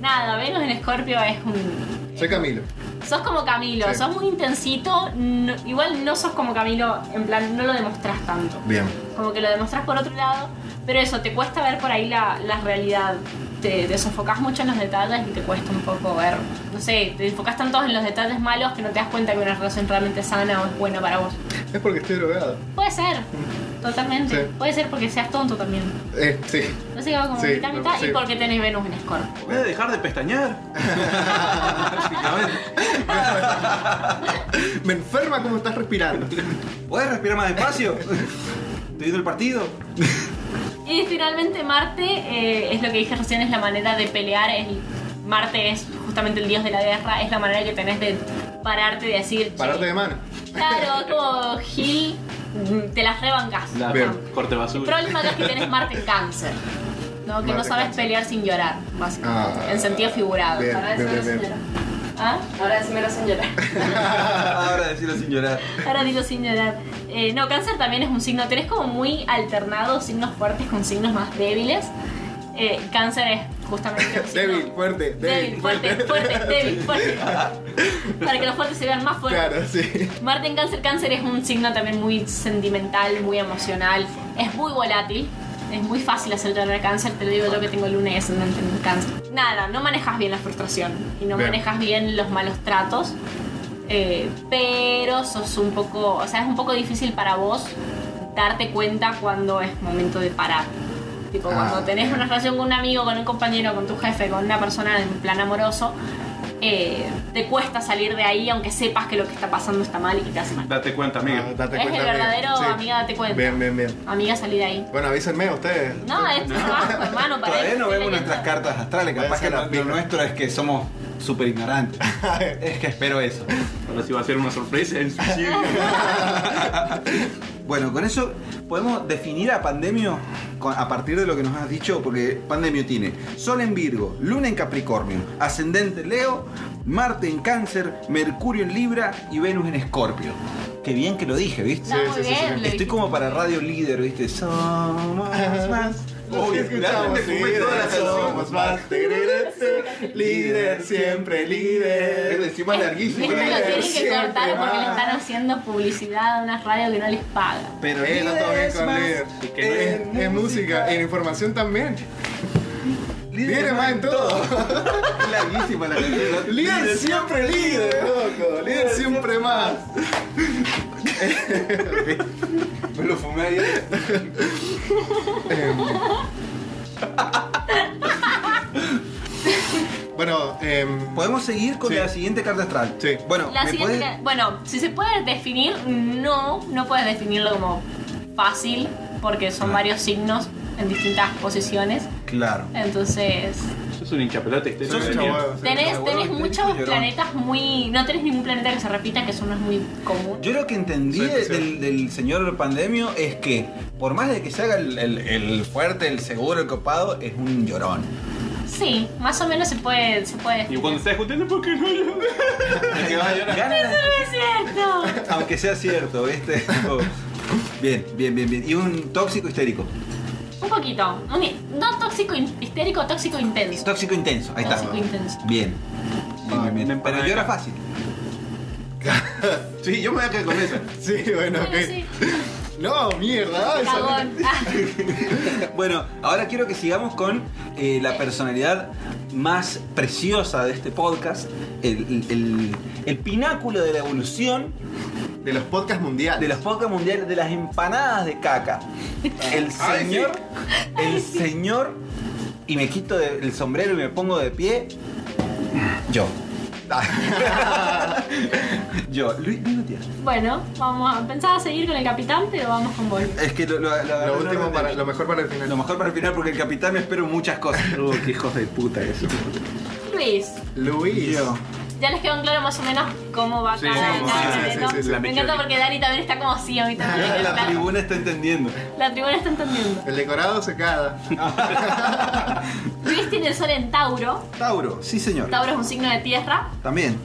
Nada, Venus en Escorpio es un. Soy Camilo. Sos como Camilo, Sí. sos muy intensito. no- igual no sos como Camilo, en plan, no lo demostrás tanto. Bien. como que lo demostras por otro lado, pero eso, te cuesta ver por ahí la, la realidad. Te, te sofocás mucho en los detalles y te cuesta un poco ver. No sé, te enfocas tanto en los detalles malos que no te das cuenta que una relación realmente sana o es buena para vos. Es porque estoy drogado. Puede ser, totalmente. Sí. Puede ser porque seas tonto también. Eh, sí. No sé, como Sí, mitad, mitad sí. y porque tenés Venus en Escorpio. Voy a dejar de pestañear. Básicamente. Me enferma cómo estás respirando. ¿Puedes respirar más despacio? ¿Estoy viendo el partido? Y finalmente Marte, eh, es lo que dije recién, es la manera de pelear. el- Marte es justamente el dios de la guerra, es la manera que tenés de pararte y decir... "Che, Pararte de mano. Claro, como Gil, mm, te las rebancas. La Bien. corte El basura. problema acá es que tenés Marte en cáncer. No, que Marte en no sabes cáncer. pelear sin llorar, básicamente. Ah, en sentido figurado. bien. Ahora decímelo sin llorar. ¿Ah? Ahora decímelo sin llorar. Ahora decirlo sin llorar. Ahora dilo sin llorar. Eh, no, cáncer también es un signo. Tenés como muy alternado signos fuertes con signos más débiles. Eh, cáncer es justamente un signo- Débil, fuerte, Débil, fuerte, fuerte, débil, fuerte. Para que los fuertes se vean más fuertes. Claro, sí. Marte en cáncer, cáncer es un signo también muy sentimental, muy emocional, es muy volátil, es muy fácil hacer llorar a cáncer, te lo digo yo que tengo luna y ascendente en cáncer. Nada, no manejas bien la frustración y no Bien. manejas bien los malos tratos, eh, pero sos un poco, o sea, es un poco difícil para vos darte cuenta cuando es momento de parar. Tipo, Ah. cuando tenés una relación con un amigo, con un compañero, con tu jefe, con una persona en plan amoroso, eh, te cuesta salir de ahí aunque sepas que lo que está pasando está mal y que te hace mal. Date cuenta, amigo. Ah, date Es el cuenta, verdadero, amiga. amiga, date cuenta. Bien, bien, bien. Amiga, salí de ahí. Bueno, avísenme a ustedes. No, es tu trabajo, hermano, para Todavía no eso estoy vemos leyendo. nuestras cartas astrales. Puede Capaz que ser la lo, lo pica. nuestro es que somos súper ignorantes. Es que espero eso. Ahora sí va a ser una sorpresa en suicidio. Bueno, con eso podemos definir a Pandemio con- a partir de lo que nos has dicho, porque Pandemio tiene Sol en Virgo, Luna en Capricornio, Ascendente en Leo, Marte en Cáncer, Mercurio en Libra y Venus en Escorpio. Qué bien que lo dije, ¿viste? Está muy bien, lo Estoy dijiste. como para Radio Líder, ¿viste? Somos más. Uy, Uy, escuchamos, realmente sí, fumé toda la somos canción. más. Tereré, Líder, siempre líder. Encima larguísimo. Esto lo tienen que Siempre cortar porque le más. están haciendo publicidad a una radio que no les paga. Pero eh, no todo bien con líder. Eh, En, en música, en información también. Líder más en todo. Larguísima la canción. Líder siempre líder, loco. Líder siempre más. Me lo fumé ayer. Em. Bueno, em, Podemos seguir con Sí. la siguiente carta astral. Sí. Bueno, La ¿me siguiente puedes- que- Bueno, si se puede definir, no, no puedes definirlo como fácil porque son varios signos en distintas posiciones. Claro. Entonces, Eso es un hinchapelota. Este soy es un mierda. chaval, soy un tenés, bueno, tenés tenés muchos cullerón. planetas muy... No tenés ningún planeta que se repita, que eso no es muy común. Yo lo que entendí Soy de- del, especial. del señor Pandemio es que, por más de que se haga el, el- el fuerte, el seguro, el copado, es un llorón. Sí, más o menos se puede... Se puede Y definir. cuando está discutiendo, ¿por qué no yo? Gana- ¡No es cierto! aunque sea cierto, ¿viste? Tipo, bien, bien, bien, bien. Y un tóxico histérico. Un poquito. Un, no tóxico in- histérico, tóxico intenso. Tóxico intenso, ahí está. Tóxico intenso. Bien. Bien, bien, bien. Una Pero empanada de llora carne. fácil. Sí, yo me voy a quedar con esa. sí, bueno, Bueno, ok. sí, No, mierda. ay, sal- cagón. Ah, Bueno, ahora quiero que sigamos con eh, la personalidad más preciosa de este podcast, el, el- el- el pináculo de la evolución De los podcasts mundiales. de los podcasts mundiales, de las empanadas de caca. El Ay, señor, el señor, y me quito de- el sombrero y me pongo de pie, yo. yo, Luis, Luis Gutiérrez. bueno, vamos a... ¿Pensaba seguir con el capitán, pero vamos con Vol. Es que lo, lo- lo- Lo último para, lo mejor para el final. lo mejor para el final porque el capitán me espero muchas cosas. qué hijos de puta eso. Luis, Luis. Yo. ya les quedó en claro más o menos cómo va Sí, cada, sí, cada sí, planeta. sí, sí, sí. La Me encanta Michelle. porque Dani también está como así, a mí también. me La encanta. tribuna está entendiendo. La tribuna está entendiendo. El decorado se caga. Luis tiene el sol en Tauro. Tauro, sí señor. Tauro es un signo de tierra. También.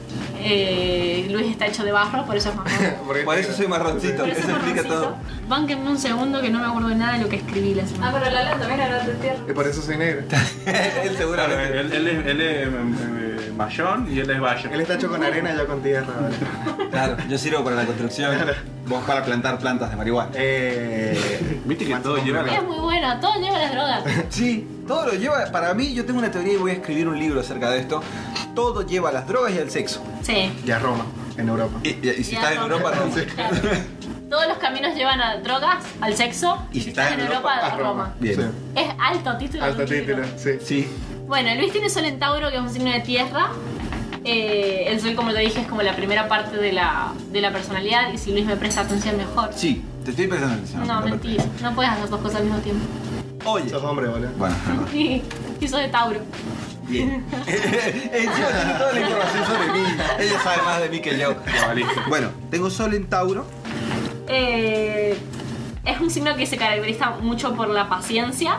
Eh, Luis está hecho de barro, por eso es marrón. Porque- este Por eso soy marroncito. Por eso es Eso explica todo. marroncito. Bánquenme un segundo que no me acuerdo de nada de lo que escribí la Ah, semana. pero Lola también era de tierra. Y por eso soy negro. Él Claro, seguramente. él, él es, él es mm, mm, mayón y él es bayo. Él está hecho con arena, yo con tierra. ¿vale? Claro, yo sirvo para la construcción. Vos para plantar plantas de marihuana. Eh, Viste que ¿cuánto todo lleva Es la... muy bueno, todo lleva las drogas. Sí, todo lo lleva. Para mí, yo tengo una teoría y voy a escribir un libro acerca de esto. Todo lleva a las drogas y al sexo. Sí. Y a Roma, en Europa. Y, y- y si Ya, estás en no. Europa, Roma. Claro. Todos los caminos llevan a drogas, al sexo. Y si estás en a Ah, Roma. Bien. Ah, Sí. Es alto título. de Alto un libro. título, sí. Sí. Bueno, Luis tiene Sol en Tauro, que es un signo de tierra. Eh, el Sol, como te dije, es como la primera parte de la, de la personalidad. Y si Luis me presta atención, mejor. Sí, te estoy prestando atención. No, mentira. No puedes hacer dos cosas al mismo tiempo. Oye. Sos hombre, boludo. Bueno, Y soy de Tauro. bien. Encima tiene toda la información sobre mí. Ella sabe más de mí que yo. Bueno, tengo sol en Tauro. Eh, es un signo que se caracteriza mucho por la paciencia,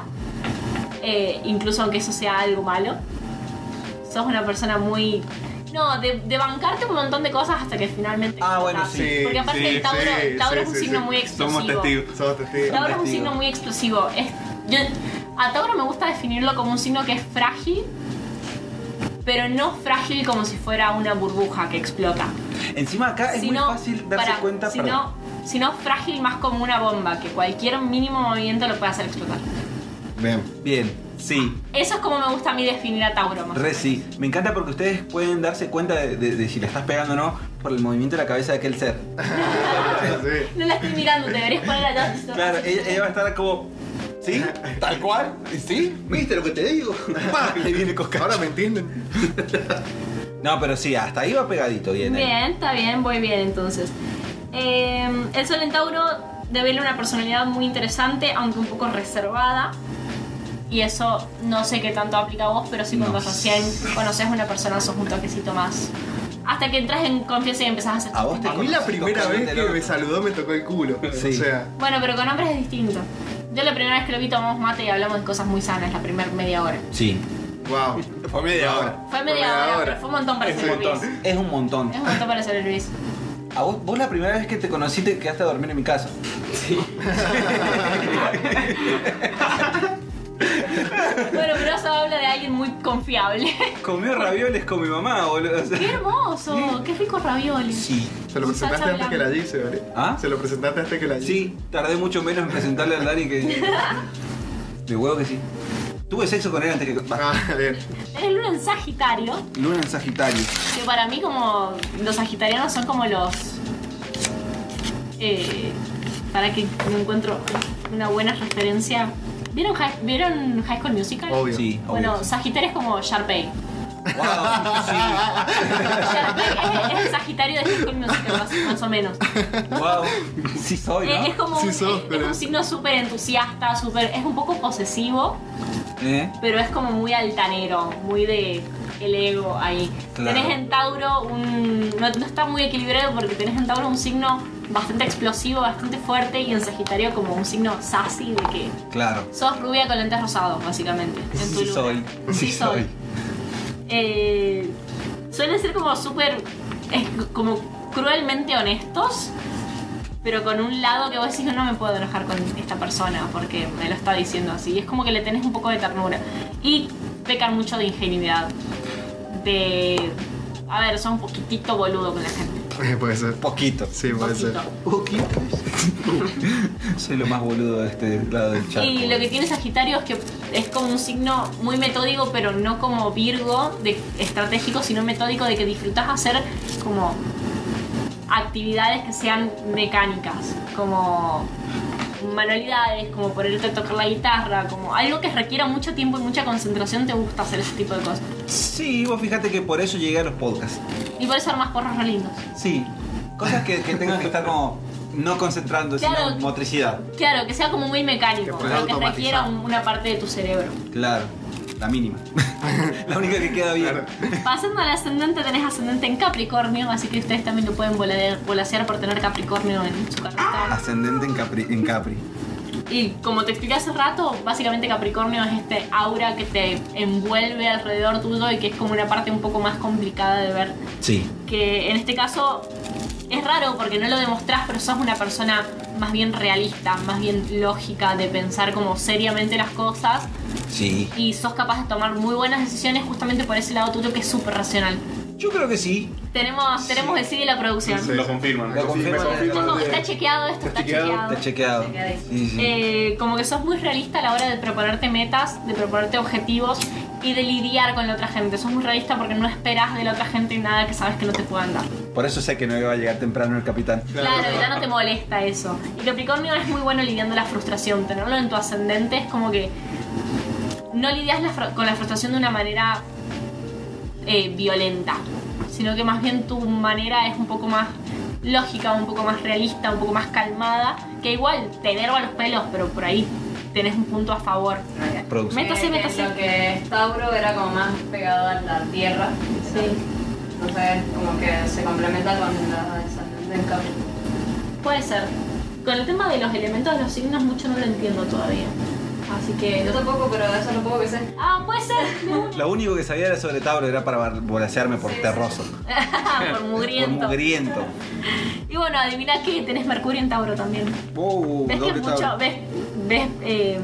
eh, incluso aunque eso sea algo malo. Sos una persona muy... No, de, de bancarte un montón de cosas hasta que finalmente... Ah, explotás. bueno, sí, Porque aparte sí, el Tauro, sí, Tauro sí, es un sí, signo sí. muy explosivo. Somos testigos. Sos testigo. Tauro es un Testigo. signo muy explosivo. Es- yo- a Tauro me gusta definirlo como un signo que es frágil, pero no frágil como si fuera una burbuja que explota. Encima acá es Si muy no, fácil darse pará, cuenta. si perdón. no, si no, frágil más como una bomba, que cualquier mínimo movimiento lo puede hacer explotar. Bien. Bien, sí, Eso es como me gusta a mí definir a Tauro. más. re sí. Me encanta porque ustedes pueden darse cuenta de, de- de si la estás pegando o no por el movimiento de la cabeza de aquel ser. Sí. No la estoy mirando, te deberías poner allá. Claro, ella, ella va a estar como. ¿Sí? ¿Tal cual? ¿Sí? ¿Viste lo que te digo? ¡Pah! Le viene con Ahora me entienden. No, pero sí, hasta ahí va pegadito, bien. ahí. Bien, está bien, voy bien entonces. Eh, el Sol en Tauro devela una personalidad muy interesante, aunque un poco reservada. Y eso no sé qué tanto aplica a vos, pero si cuando No. recién conoces a una persona sos un toquecito más. Hasta que entras en confianza y empezás a hacer A vos te A mí la conocí primera vez tocándote que el me orto. saludó me tocó el culo. Sí. O sea, Bueno, pero con hombres es distinto. Yo la primera vez que lo vi tomamos mate y hablamos de cosas muy sanas, la primera media hora. Sí. wow. Fue media hora. Fue media, hora, pero fue un montón para ser Luis. Es un montón. Es un montón para ser Luis. A vos, vos la primera vez que te conocí te quedaste a dormir en mi casa. Sí. Bueno, pero eso habla de alguien muy confiable. Comió ravioles con mi mamá, boludo. o sea. ¡Qué hermoso! ¡Qué ricos ravioles! Sí. Se lo Salsa presentaste antes que la blanca. G, se vale. ¿Ah? Se lo presentaste antes que la G. Sí, tardé mucho menos en presentarle al Dani que. De huevo que sí. Tuve sexo con él antes que. Va, Ah, bien. Eres luna en Sagitario, Luna en Sagitario. que para mí como los sagitarianos son como los... Eh, para que no encuentro una buena referencia. ¿Vieron, Hi- ¿vieron High School Musical? Obvio. Sí, Bueno, obvio. Sagitario es como Sharpay. Wow, sí. Sharpay es, es el Sagitario de este High School Musical, más, más o menos. Wow. Sí soy, Eh, ¿no? es como Sí un, sos, es- es pero- un signo súper entusiasta, súper... Es un poco posesivo. ¿Eh? pero es como muy altanero, muy de el ego ahí. Claro. Tenés en Tauro un. No, no está muy equilibrado porque tenés en Tauro un signo bastante explosivo, bastante fuerte, y en Sagitario como un signo sassy de que Claro. sos rubia con lentes rosados, básicamente. En tu Sí luna. soy. Sí, Sí soy. soy. Eh, suelen ser como súper. es como cruelmente honestos. Pero con un lado que vos decís, no me puedo enojar con esta persona porque me lo está diciendo así. Y es como que le tenés un poco de ternura. Y pecan mucho de ingenuidad. De. A ver, son un poquitito boludo con la gente. Puede ser. Poquito. Sí, puede ser. Poquito. Poquito. Soy lo más boludo de este lado del chat. Y lo que tiene Sagitario es que es como un signo muy metódico, pero no como Virgo de estratégico, sino metódico de que disfrutas hacer como actividades que sean mecánicas, como manualidades, como ponerte a tocar la guitarra, como algo que requiera mucho tiempo y mucha concentración, te gusta hacer ese tipo de cosas. Sí, vos fíjate que por eso llegué a los podcasts. Y por eso armas porros re lindos. Sí. Cosas que, que tengan que estar como. No concentrando, Claro. sino motricidad. Claro, que sea como muy mecánico, Que o pueda sea, que requiera automatizar. un- una parte de tu cerebro. Claro. La mínima. la única que queda bien. Pasando al ascendente, tenés ascendente en Capricornio, así que ustedes también lo pueden voladear- volasear por tener Capricornio en su carta. Ascendente en Capri. En Capri. Y como te expliqué hace rato, básicamente Capricornio es este aura que te envuelve alrededor tuyo y que es como una parte un poco más complicada de ver. Sí. Que en este caso es raro porque no lo demostrás, pero sos una persona más bien realista, más bien lógica de pensar como seriamente las cosas Sí. y sos capaz de tomar muy buenas decisiones justamente por ese lado tuyo que es súper racional. Yo creo que sí. Tenemos, tenemos el sí de la producción. Sí, Lo sí. confirman. Lo confirman. Me confirman Chicos, de- está chequeado esto, está, chequeado. Está chequeado. Sí, sí. Eh, como que sos muy realista a la hora de proponerte metas, de proponerte objetivos y de lidiar con la otra gente. Sos muy realista porque no esperas de la otra gente nada que sabes que no te puedan dar. Por eso sé que no iba a llegar temprano el capitán. Claro, ya no te molesta eso. Y Capricornio es muy bueno lidiando la frustración. Tenerlo en tu ascendente es como que no lidias la fr- con la frustración de una manera eh, violenta, sino que más bien tu manera es un poco más lógica, un poco más realista, un poco más calmada, que igual te enerva los pelos, pero por ahí tenés un punto a favor. Producción. Métase, Eh, métase. Lo que es Tauro era como más pegado a la tierra. Sí. Entonces, como que se complementa con la descendencia en Capricornio. Puede ser. Con el tema de los elementos de los signos mucho no lo entiendo todavía. Así Yo que... tampoco, pero eso es lo poco que sé. Ah, puede ser. de una. Lo único que sabía era sobre Tauro era para volasearme por Sí, sí. terroso. por Por mugriento. mugriento. Y bueno, adivina que tenés Mercurio en Tauro también. Oh, Ves que doble mucho, Tauro. ves, ves eh,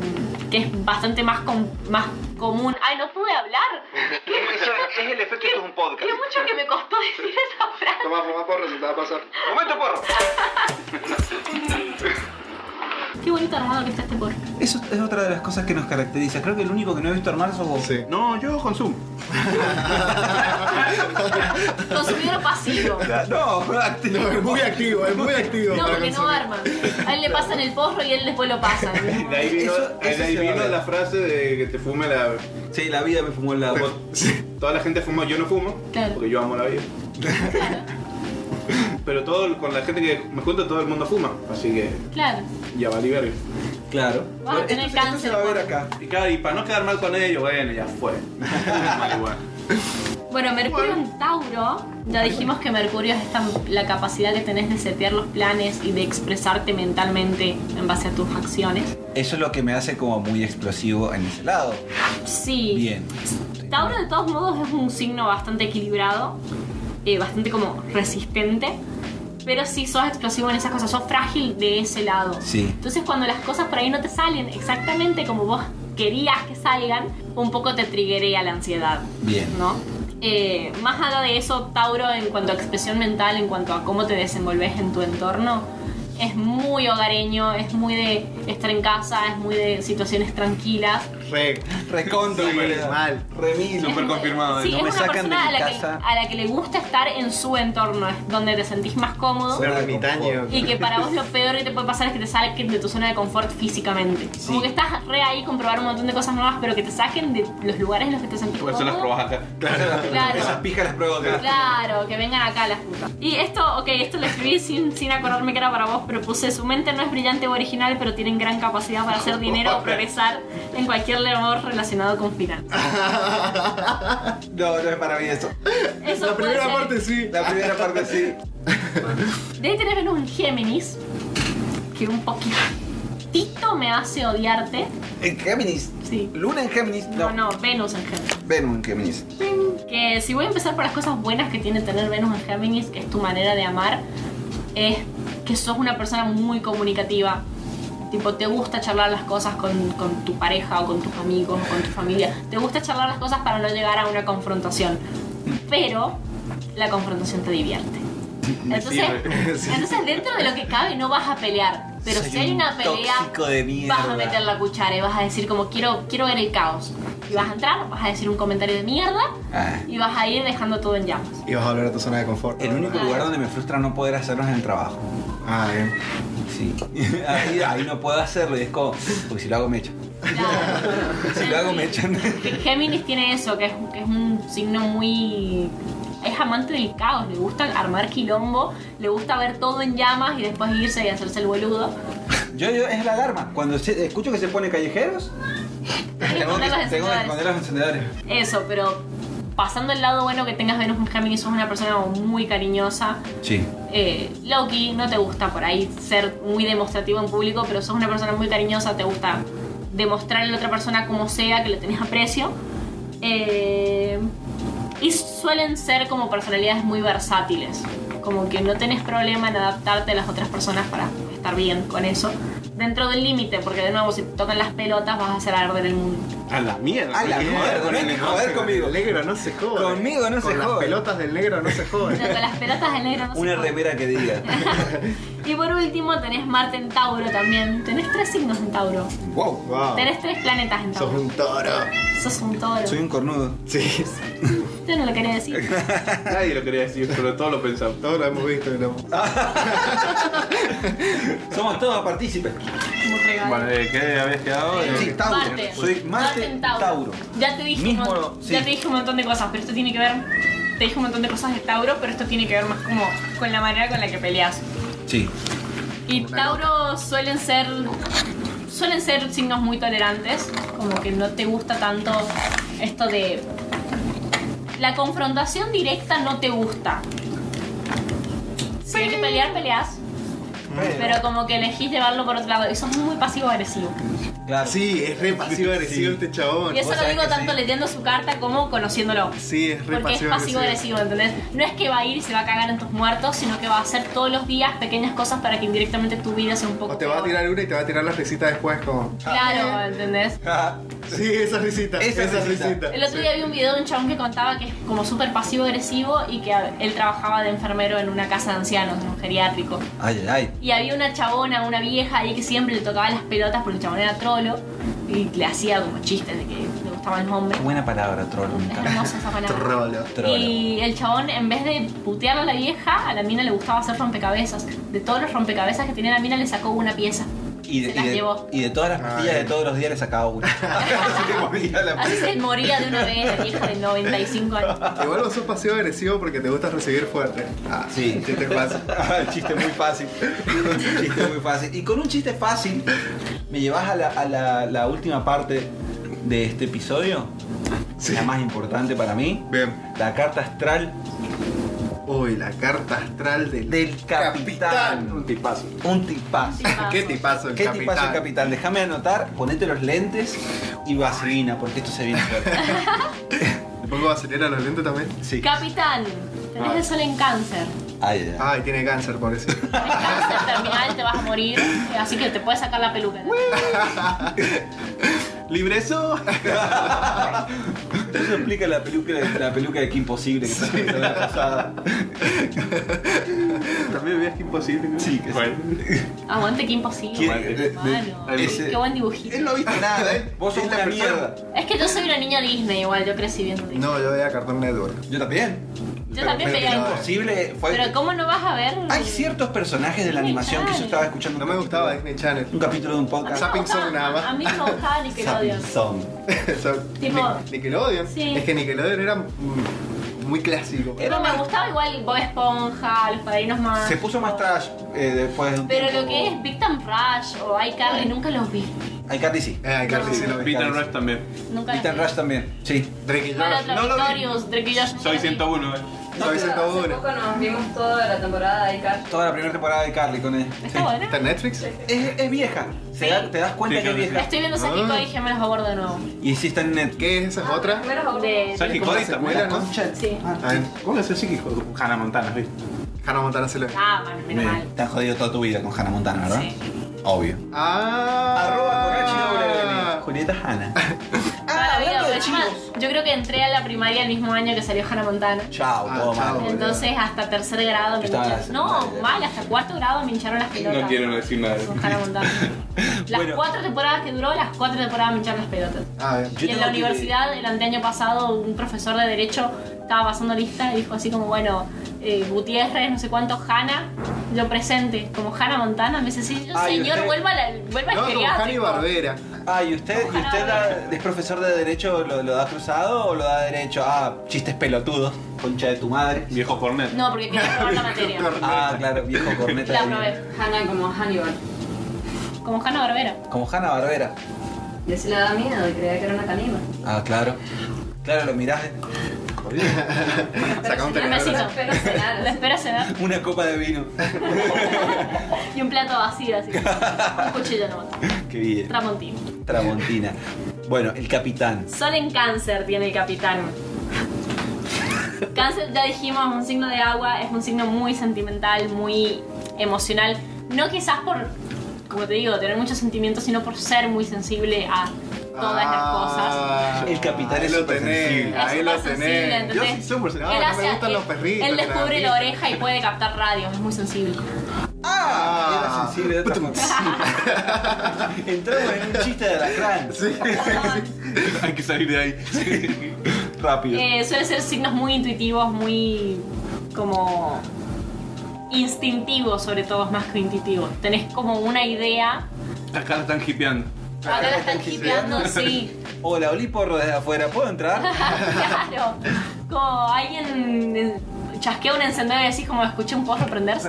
que es bastante más, com- más común. Ay, no pude hablar. Eso es el efecto esto es un podcast. Qué mucho que me costó decir esa frase. Toma, toma por resultado pasar. ¡Momento, porro! Qué bonito armado que está este por. Eso es otra de las cosas que nos caracteriza. Creo que el único que no he visto armar sos vos. Sí. No, yo con Zoom. Consumidor pasivo. No, No, es muy activo, es muy activo. No, para porque no consumir. arma. A él le pasan el porro y él después lo pasa. De ahí vino, Eso- eso de ahí se vino vale. la frase de que te fume la. Sí, la vida me fumó el lado. Toda la gente fuma, yo no fumo, Claro. porque yo amo la vida. Pero todo con la gente que me junto, todo el mundo fuma, así que Claro. ya valí verga. Claro. Vas a Pero tener esto- esto se cáncer, va a ver Juan. acá. Y claro, y para no quedar mal con ellos, bueno, ya fue. Marihuana. Bueno, Mercurio en Tauro, ya dijimos que Mercurio es esta, la capacidad que tenés de setear los planes y de expresarte mentalmente en base a tus acciones. Eso es lo que me hace como muy explosivo en ese lado. Sí. Bien. Tauro de todos modos es un signo bastante equilibrado, eh, bastante como resistente, pero sí sos explosivo en esas cosas, sos frágil de ese lado. Sí. Entonces cuando las cosas por ahí no te salen exactamente como vos querías que salgan, un poco te triggerea la ansiedad. Bien. ¿no? Eh, más allá de eso, Tauro, en cuanto a expresión mental, en cuanto a cómo te desenvolves en tu entorno, es muy hogareño, es muy de estar en casa, es muy de situaciones tranquilas. Re. Recontra, Sí, boludo. mal. Remil. Es muy- confirmado, Sí, no es me una sacan persona de a mi la, que, casa. a la que le gusta estar en su entorno, es donde te sentís más cómodo. Sí. Ermitaño. Y que para vos lo peor que te puede pasar es que te saquen de tu zona de confort físicamente. Como que estás re ahí con probar un montón de cosas nuevas, pero que te saquen de los lugares en los que te sentís Pues Por eso las cómodo. probas acá. Claro. Esas pijas las pruebo acá. Claro, que vengan acá las putas. Y esto, ok, esto lo escribí sin, sin acordarme que era para vos, pero puse, su mente no es brillante o original, pero tienen gran capacidad para hacer dinero o progresar en cualquier labor relacionado con finanzas. No, no es para mí eso. Eso La puede primera ser. parte sí. La primera parte sí. De ahí tenés Venus en Géminis, que un poquitito me hace odiarte. En Géminis. Sí. Luna en Géminis. No, No. no, Venus en Géminis. Venus en Géminis. que si voy a empezar por las cosas buenas que tiene tener Venus en Géminis, que es tu manera de amar, es que sos una persona muy comunicativa. Tipo, te gusta charlar las cosas con, con tu pareja o con tus amigos o con tu familia. Te gusta charlar las cosas para no llegar a una confrontación. Pero la confrontación te divierte. Entonces, entonces dentro de lo que cabe no vas a pelear. Pero Soy si hay un una pelea, tóxico de mierda. vas a meter la cuchara y vas a decir como quiero, quiero ver el caos. Y vas a entrar, vas a decir un comentario de mierda Ah. y vas a ir dejando todo en llamas. Y vas a volver a tu zona de confort. El Ah. único lugar donde me frustra no poder hacerlos en el trabajo. Ah, bien. Sí. Ahí, ahí no puedo hacerlo y es como, porque si lo hago me echan. Claro. Si lo hago me Sí. echan. Que Géminis tiene eso, que es, que es un signo muy... Es amante del caos, le gusta armar quilombo, le gusta ver todo en llamas y después irse y hacerse el boludo. Yo, yo, es la alarma. Cuando se- escucho que se pone callejeros, Tiene tengo que que, poner tengo los que encendedores. esconder los encendedores. Eso, pero pasando el lado bueno que tengas Venus en Géminis, sos una persona como muy cariñosa. Sí. Eh, Loki, no te gusta por ahí ser muy demostrativo en público, pero sos una persona muy cariñosa, te gusta demostrarle a la otra persona como sea que le tenés aprecio. Eh, y suelen ser como personalidades muy versátiles, como que no tenés problema en adaptarte a las otras personas para estar bien con eso. Dentro del límite, porque de nuevo, si te tocan las pelotas, vas a hacer arder el mundo. A la mierda. A la mierda, no hay que joder conmigo. El negro no se jode. Conmigo no Con se las jode. pelotas del negro no se O sea, jode. con las pelotas del negro no se Una puede. remera que diga. Y por último, tenés Marte en Tauro también. Tenés tres signos en Tauro. wow. Wow. Tenés tres planetas en Sos Tauro. Ah. un toro. Sos un toro. Soy un cornudo. Sí, Yo no lo quería decir. Nadie lo quería decir, pero todos lo pensamos. todos lo hemos visto. y lo- Somos todos partícipes. Como regalo. Vale, eh, ¿qué habías quedado? Sí, Eh, Tauro. Marte. Soy Marte, en Tauro. Ya te dije un Mismo, mon- sí. ya te dije un montón de cosas, pero esto tiene que ver. Te dije un montón de cosas de Tauro, pero esto tiene que ver más como con la manera con la que peleas. Sí. Y Tauro suelen ser suelen ser signos muy tolerantes, como que no te gusta tanto esto de la confrontación directa no te gusta. Si hay que pelear, peleas. Pero como que elegís llevarlo por otro lado y sos muy pasivo agresivo. Claro. Sí, es re pasivo agresivo este chabón. Y eso vos lo sabés digo que tanto sí. leyendo su carta como conociéndolo. Sí, es re Porque es pasivo pasivo agresivo. agresivo, ¿entendés? No es que va a ir y se va a cagar en tus muertos, sino que va a hacer todos los días pequeñas cosas para que indirectamente tu vida sea un poco. O te va a peor. tirar una y te va a tirar la risita después como... Claro, ¿entendés? Ah, Sí, esa risita. Esa Esa, risita. risita. El otro día vi un video de un chabón que contaba que es como súper pasivo agresivo y que a- él trabajaba de enfermero en una casa de ancianos, en un geriátrico. Ay, ay, ay. Y había una chabona, una vieja ahí que siempre le tocaba las pelotas porque el chabón era trolo y le hacía como chistes de que le gustaban los hombres. Qué buena palabra, troll. me Es encanta. hermosa esa palabra. Trolo. Troll. Y el chabón, en vez de putearle a la vieja, a la mina le gustaba hacer rompecabezas. De todos los rompecabezas que tenía la mina, le sacó una pieza. Y de, se las y de- llevó. y de todas las pastillas Ay. de todos los días le sacaba una. Así que moría la Así se moría de una vez la vieja de 95 años. Igual vos sos pasivo agresivo porque te gusta recibir fuerte. Ah, Sí. ¿Qué te pasa? Ah, el chiste muy fácil. Un chiste muy fácil. Y con un chiste fácil, me llevas a la, a la- la última parte de este episodio, la más importante para mí, Bien. la carta astral Uy, la carta astral del... del capitán. Un tipazo. Un tipazo. ¿Qué tipazo el ¿Qué capitán? tipazo el capitán? Déjame anotar, ponete los lentes y vaselina, porque esto se viene fuerte. ¿Le pongo vaselina a los lentes también? Sí. Capitán, tenés el sol en cáncer. Ay, ay. Ay, tiene cáncer, pobrecito. Tenés cáncer terminal, te vas a morir. Así que te puedes sacar la peluca. ¡Libreso! Eso explica la peluca, la peluca de Kim Posible que está en la semana pasada. También veías que imposible. ¿no? Sí, que sí. Bueno. Aguante, qué imposible. ¿Quién- hermano. de- de- ese- qué buen dibujito. Él no viste nada, ¿eh? Vos sos Es la una persona- mierda. Es que yo soy una niña Disney igual, yo crecí viendo Disney. No, yo veía Cartoon Network. Yo también. yo también pero- veía pero- algo. Posible fue. Pero ¿cómo no vas a ver? Hay ciertos personajes de la animación que yo estaba escuchando. No un me capítulo- gustaba eh. Disney Channel. Un capítulo de un A mí me podcast. Zapping gustaba- Zone nada más. A mí me gustaba Nickelodeon. Song. So, Tipo- Nic- Nickelodeon. Sí. Es que Nickelodeon era mm, muy clásico. Pero me gustaba igual Bob Esponja, Los Padrinos Mágicos. Se puso más trash eh, después de un Pero tiempo. lo que es Victim Rush o iCarly nunca los vi. iCarly sí. Eh, Carly sí lo vi. Peter Rush también. Nunca los Peter vi. Rush también. Sí. Drake y Bueno, Josh. No lo vi. Victorious, Drake y Josh. nunca Soy los vi. 101, eh. Soy Hace 101. poco nos vimos toda la temporada de Icar. Toda la primera temporada de Carly con él. ¿Está bueno? ¿Está en Netflix? Es, es vieja. Se Sí. da- te das cuenta Sí, que es claro. vieja. Estoy viendo Saki Ah. y dije, me los abordo de nuevo. Y sí está en Netflix. ¿Qué es esa otra? Ah, Primero De- Soy Es como la Hicori también. secuela, ¿no? Sí. Ah. A ver, ¿Cómo es el psíquico? Hannah Montana, ¿viste? Hannah Montana se lo ve. Ah, bueno, menos mal. Te han jodido toda tu vida con Hannah Montana, ¿verdad? Sí. Obvio. Ah. Ah. Julieta Hanna. Toda la vida, pero encima, yo creo que entré a la primaria el mismo año que salió Hannah Montana. Chao, Ah, todo chao. mal. Entonces hasta tercer grado me Estaba en la hincharon. No, secundaria. mal, hasta cuarto grado me hincharon las pelotas. No quiero decir nada. Con Hannah Montana. Las Bueno. cuatro temporadas que duró, las cuatro temporadas me hincharon las pelotas. A ver. Yo y en tengo la que- universidad, el anteaño pasado, un profesor de Derecho estaba pasando lista y dijo así como, bueno, eh, Gutiérrez, no sé cuánto, Hanna, yo presente, como Hanna Montana, me dice, sí, yo, Ay, señor, usted- vuelva, a este la, vuelva al No, como geriátrico". Hanny Barbera. Ah, ¿y usted, y usted la- es profesor de derecho, lo, lo da cruzado o lo da derecho? Ah, chistes pelotudos, concha de tu madre. Viejo Fornet. No, porque quería probar la materia. Ah, claro, viejo corneta. La de mierda. probé, Hannah como Hannibal. como Hanna Barbera. Como Hanna Barbera. Yo sí le daba miedo y creía que era una caníbal. Ah, claro. Claro, lo mirás. Saca un Pero tenedor. si no, Lo no. espero cenar. Lo espero cenar Una copa de vino. y un plato vacío así. Un cuchillo nomás. Qué bien. Tramontino. Tramontina. Bueno, el capitán. Sol en cáncer tiene el capitán. Cáncer, ya dijimos, es un signo de agua, es un signo muy sentimental, muy emocional. No quizás por, como te digo, tener muchos sentimientos, sino por ser muy sensible a todas Ah, las cosas. El capitán ahí es lo supersensible. tenés. Es Ahí lo supersensible, tenés. ¿entendés? Yo sí soy supersensible. Él Ah, no hace- me gustan los él- perritos. Él descubre la oreja. oreja y puede captar radios, es muy sensible. Ah, Ah. Era sensible de otra forma. Entramos en un chiste de alacrán. Hay que salir de ahí. Rápido. Eh, suele ser signos muy intuitivos, muy como instintivos sobre todo, más que intuitivos. Tenés como una idea. Acá la están hipeando. Ah, Acá la están hipeando, sí. Hola, olí porro desde afuera. ¿Puedo entrar? Claro. Como alguien eh, chasquea un encendedor y decís como escuché un porro prenderse.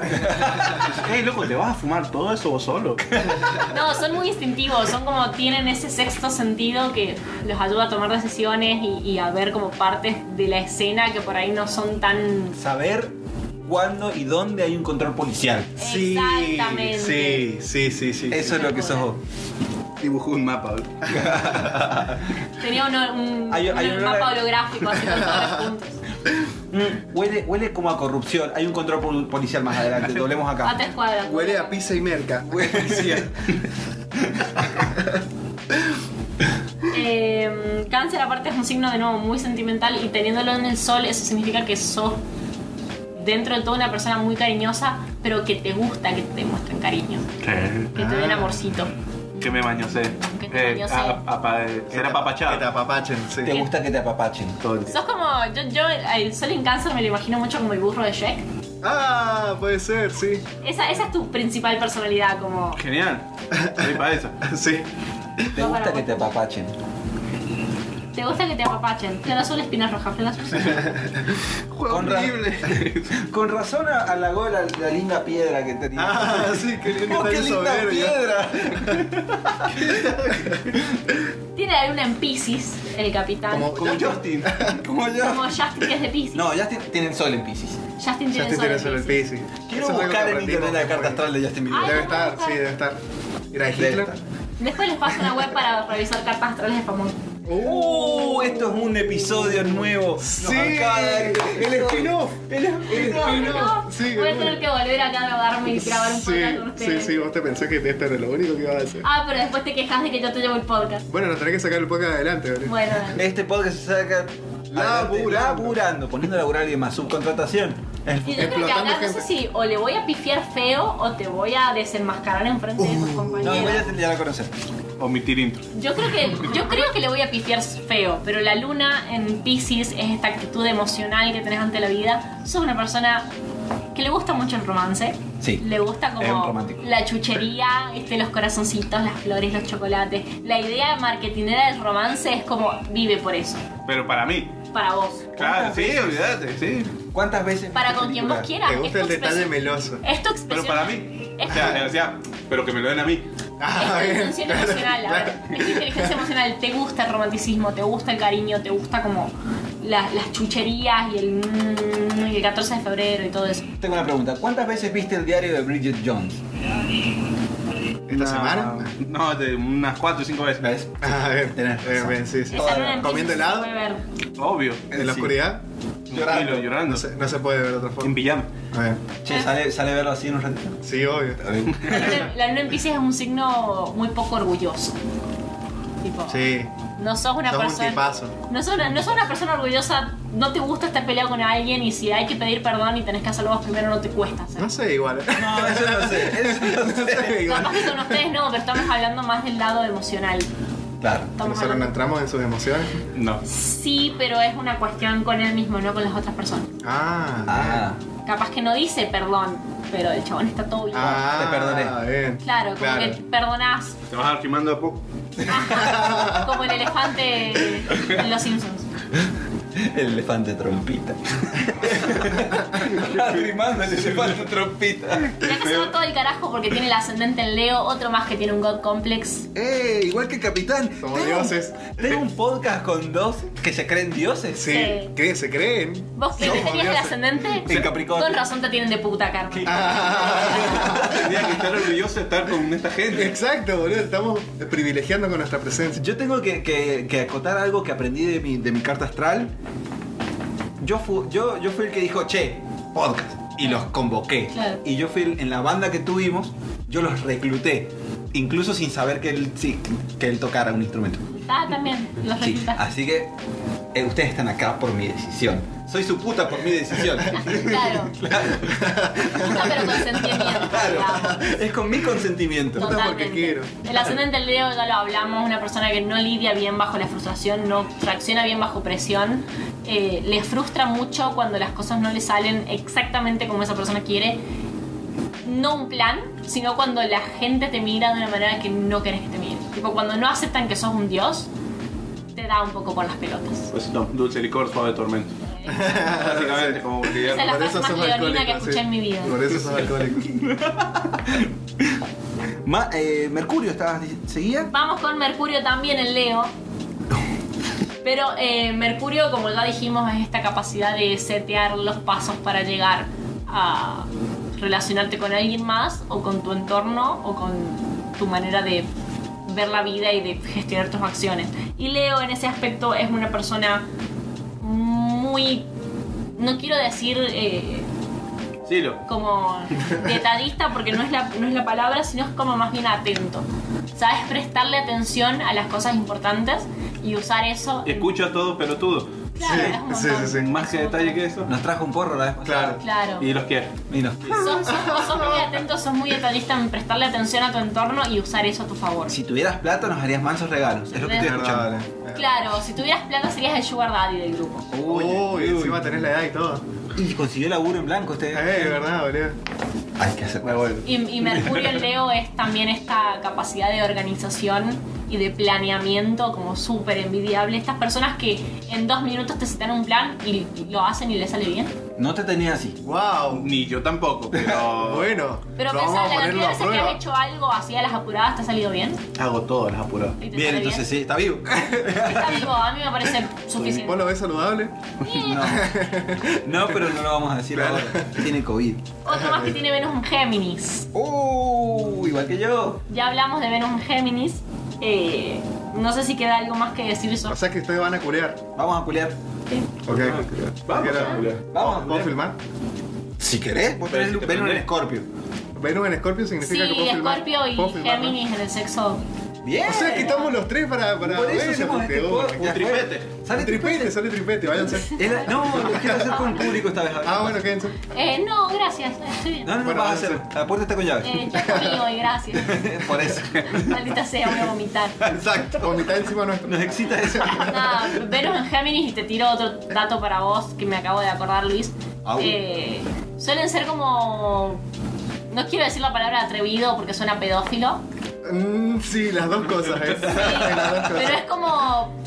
Ey, loco, ¿te vas a fumar todo eso vos solo? No, son muy instintivos, son como tienen ese sexto sentido que los ayuda a tomar decisiones y, y a ver como partes de la escena que por ahí no son tan... Saber cuándo y dónde hay un control policial. Sí, Exactamente. sí, sí, sí, sí. Eso es lo que sos vos. Dibujó un mapa. boludo. Tenía un, un- Hay- un hay un- mapa holográfico así con todos los puntos. Mm, huele, huele como a corrupción. Hay un control pol- policial más adelante. Doblemos A acá. tres cuadras. Huele a pizza y merca. Policía. Eh, cáncer aparte es un signo de nuevo muy sentimental y teniéndolo en el sol eso significa que sos dentro de todo una persona muy cariñosa pero que te gusta que te muestren cariño, que te den amorcito. Que me mañose. Que te Eh, mañose. a- a- pa- eh, Será Que te papachada. apapachen, sí. Te gusta que te apapachen. Todo el tiempo. Sos como, yo, yo el sol en cáncer me lo imagino mucho como el burro de Shrek. Ah, puede ser, sí. Esa, esa es tu principal personalidad como... Genial. Soy para eso. Sí. Te gusta que te apapachen. Te gusta que te apapachen. Flor azul, espinas rojas, flor azul. Juego Con ra- horrible. Con razón halagó la, la linda piedra que tenía. Ah, sí, qué lindo ¡Oh, está qué el linda soberbio. piedra! Tiene la luna en Pisces, el capitán. Como- Como Justin. Como yo. Como Justin que es de Pisces. No, Justin tiene el sol en Pisces. Justin Ya tiene te el sol interesó en el Piscis. Pisces. Quiero Eso fue lo buscar que en aprendimos internet la carta hoy. astral de Justin Bieber. Ay, Debe no, no, estar, no. sí, debe estar. Era Debe Hitler. estar. Después les paso una web para revisar cartas astrales de famosos. ¡Uh! Esto es un episodio nuevo. Nos acaba de dar- este el spin-off. El No, spin-off. Sí, voy a es tener que volver acá a grabarme y grabar un podcast Sí, con sí, ustedes. sí, vos te pensás que esto era lo único que ibas a hacer. Ah, pero después te quejas de que yo te llevo el podcast. Bueno, nos tenés que sacar el podcast adelante, ¿vale? Bueno, dale. Este podcast se saca Laburando. laburando, laburando poniendo a laburar y demás. Subcontratación. El Y yo creo que Explotando acá no sé gente. si o le voy a pifiar feo o te voy a desenmascarar en frente de tus No, compañeros. igual ya, te- ya la conoces. Omitir intro. Yo creo que yo creo que le voy a pifiar feo, pero la luna en Pisces es esta actitud emocional que tenés ante la vida. Sos una persona que le gusta mucho el romance. Sí. Le gusta Es un como romántico. la chuchería, este, los corazoncitos, las flores, los chocolates. La idea marketinera del romance es como vive por eso, Pero para mí. para vos. Claro, sí, olvídate, sí. ¿Cuántas veces? Para con quien vos quieras. Te gusta Es el tu detalle expresión- meloso. Es tu Pero expresión. para mí. Es O sea, o sea, pero que me lo den a mí. Ah, Es bien. inteligencia emocional, a ver, es que inteligencia emocional, te gusta el romanticismo, te gusta el cariño, te gusta como la- las chucherías y el, mm, y el 14 de febrero y todo eso. Tengo una pregunta. ¿Cuántas veces viste el diario de Bridget Jones? ¿Esta semana? No, de unas cuatro o cinco veces. ¿Ves? A ver, Tenés eh, razón. bien, sí, sí. Esa luna en Comiendo Piscis helado se puede ver. Obvio. en la Sí. oscuridad. Llorando. llorando. No se, no se puede ver de otra En forma. pijama. A ver. ¿Eh? Che, sale, sale a verlo así en un ratito. Sí, obvio. La luna- La luna en Pisces es un signo muy poco orgulloso. Tipo, Sí. no sos una Sos un persona. tipazo. no, sos una, no sos una persona orgullosa, no te gusta estar peleado con alguien y si hay que pedir perdón y tenés que hacerlo vos primero, no te cuesta. hacerlo. No sé, igual. No, eso no sé. Eso no No sé, sé. igual. Capaz que con ustedes no, pero estamos hablando más del lado emocional. Claro. Estamos Nosotros no hablando- entramos en sus emociones. No. Sí, pero es una cuestión con él mismo, no con las otras personas. Ah. Ah. Capaz que no dice perdón, pero el chabón está todo bien. Ah, Te perdoné. bien. Claro, como Claro. que perdonás, Te vas arrimando a poco. como el elefante en Los Simpsons. El elefante trompita. Firmando el elefante trompita. Ya que se va todo el carajo porque tiene el ascendente en Leo, otro más que tiene un God Complex. ¡Eh! Igual que Capitán. Como Tengo- dioses. Tengo un podcast con dos que se creen dioses. Sí, Sí. creen- se creen. ¿Vos qué Somos tenías el dioses. ascendente? En Capricornio. Con razón te tienen de puta, Carmen. Tendría que estar orgulloso de estar con esta gente. Ah, Exacto, boludo. Estamos privilegiando con nuestra presencia. Yo tengo que, que- que acotar algo que aprendí de mi, de mi carta astral. Yo, fu- yo, yo fui el que dijo, che, podcast. Y los convoqué. Claro. Y yo fui el- en la banda que tuvimos, yo los recluté. Incluso sin saber que él, sí, que él tocara un instrumento. Ah, también, los Sí, reclutas. Así que eh, ustedes están acá por mi decisión. Soy su puta por mi decisión. Claro. Puta, pero consentimiento. Claro. digamos. Es con mi consentimiento. Total. porque quiero. El ascendente del Leo ya lo hablamos, una persona que no lidia bien bajo la frustración, no reacciona bien bajo presión, eh, le frustra mucho cuando las cosas no le salen exactamente como esa persona quiere. No un plan, sino cuando la gente te mira de una manera que no querés que te miren. Tipo, cuando no aceptan que sos un dios, te da un poco por las pelotas. Pues no, dulce licor, suave tormento. Ah, Básicamente, como Esa es que la Por frase eso más sos leonina que alcohólico. escuché sí. en mi vida. Por eso sos alcohólico. Ma- eh, Mercurio, ¿estabas di- seguía? Vamos con Mercurio también en Leo. Pero eh, Mercurio, como ya dijimos, es esta capacidad de setear los pasos para llegar a relacionarte con alguien más o con tu entorno o con tu manera de ver la vida y de gestionar tus acciones. Y Leo en ese aspecto es una persona muy, no quiero decir eh, Sí, lo. como detallista porque no es, la, no es la palabra, sino es como más bien atento. Sabes prestarle atención a las cosas importantes y usar eso. en- Escucha todo pelotudo. Claro, es un Sí, montón. sí, sí. Más que detalle que eso. Nos trajo un porro la vez pasada. Claro. Claro. Y los quiere. Y nos- Sos, sos- sos muy atento, sos muy detallista en prestarle atención a tu entorno y usar eso a tu favor. Si tuvieras plata nos harías mansos regalos. Es lo que estoy escuchando. Verdad, vale. Claro, si tuvieras plata serías el sugar daddy del grupo. Uy, encima tenés la edad y todo. Y consiguió laburo en blanco este. Eh, verdad, boludo. Hay que hacer. Me vuelvo. Y, y Mercurio en Leo es también esta capacidad de organización y de planeamiento como súper envidiable. Estas personas que en dos minutos te citan un plan y lo hacen y les sale bien. No te tenía así. Wow. Ni yo tampoco, pero. Bueno, Pero lo pensá, vamos a la ponerlo cantidad a de veces que has prueba. hecho algo así a las apuradas te ha salido bien. Hago todas las apuradas. y te Bien, sale entonces sí, está vivo. Está vivo, a mí me parece suficiente. ¿Vos lo ves saludable? No. No, pero no lo vamos a decir Claro. ahora. Tiene COVID. Otro más que tiene Venus en Géminis. Uh, igual que yo. Ya hablamos de Venus en Géminis. eh, No sé si queda algo más que decir O sobre sea que ustedes van a curear. Vamos a culear. Ok. Vamos, Quiero- Julia. Vamos a ¿Puedo culear. filmar? Si querés, vos Pero tenés si te Venus en prendés. Escorpio. Venus en Scorpio Sí, significa que puedo filmar. Scorpio Puedo y filmar, ¿no? Géminis en el sexo. Bien. O sea que estamos los tres para. para Por eso bueno, hacemos este punteó, podcast. aquí. Un tripete. Sale Sale tripete, sale tripete, váyanse. Era- no, lo quiero hacer con el público esta vez. Javier. Ah, bueno, quédense. Eh, no, gracias, estoy bien. No, no, no Bueno, vas a vamos a hacer. La puerta está con Eh, llave. ya comí hoy, gracias. Por eso. Maldita sea, voy a vomitar. Exacto. Vomitar encima nuestro. Nos excita eso. Nada, Venus en Géminis y te tiro otro dato para vos que me acabo de acordar, Luis. Au. Eh, suelen ser como. No quiero decir la palabra atrevido porque suena pedófilo, Mm, sí, las dos cosas. eh. Las dos pero cosas. es como.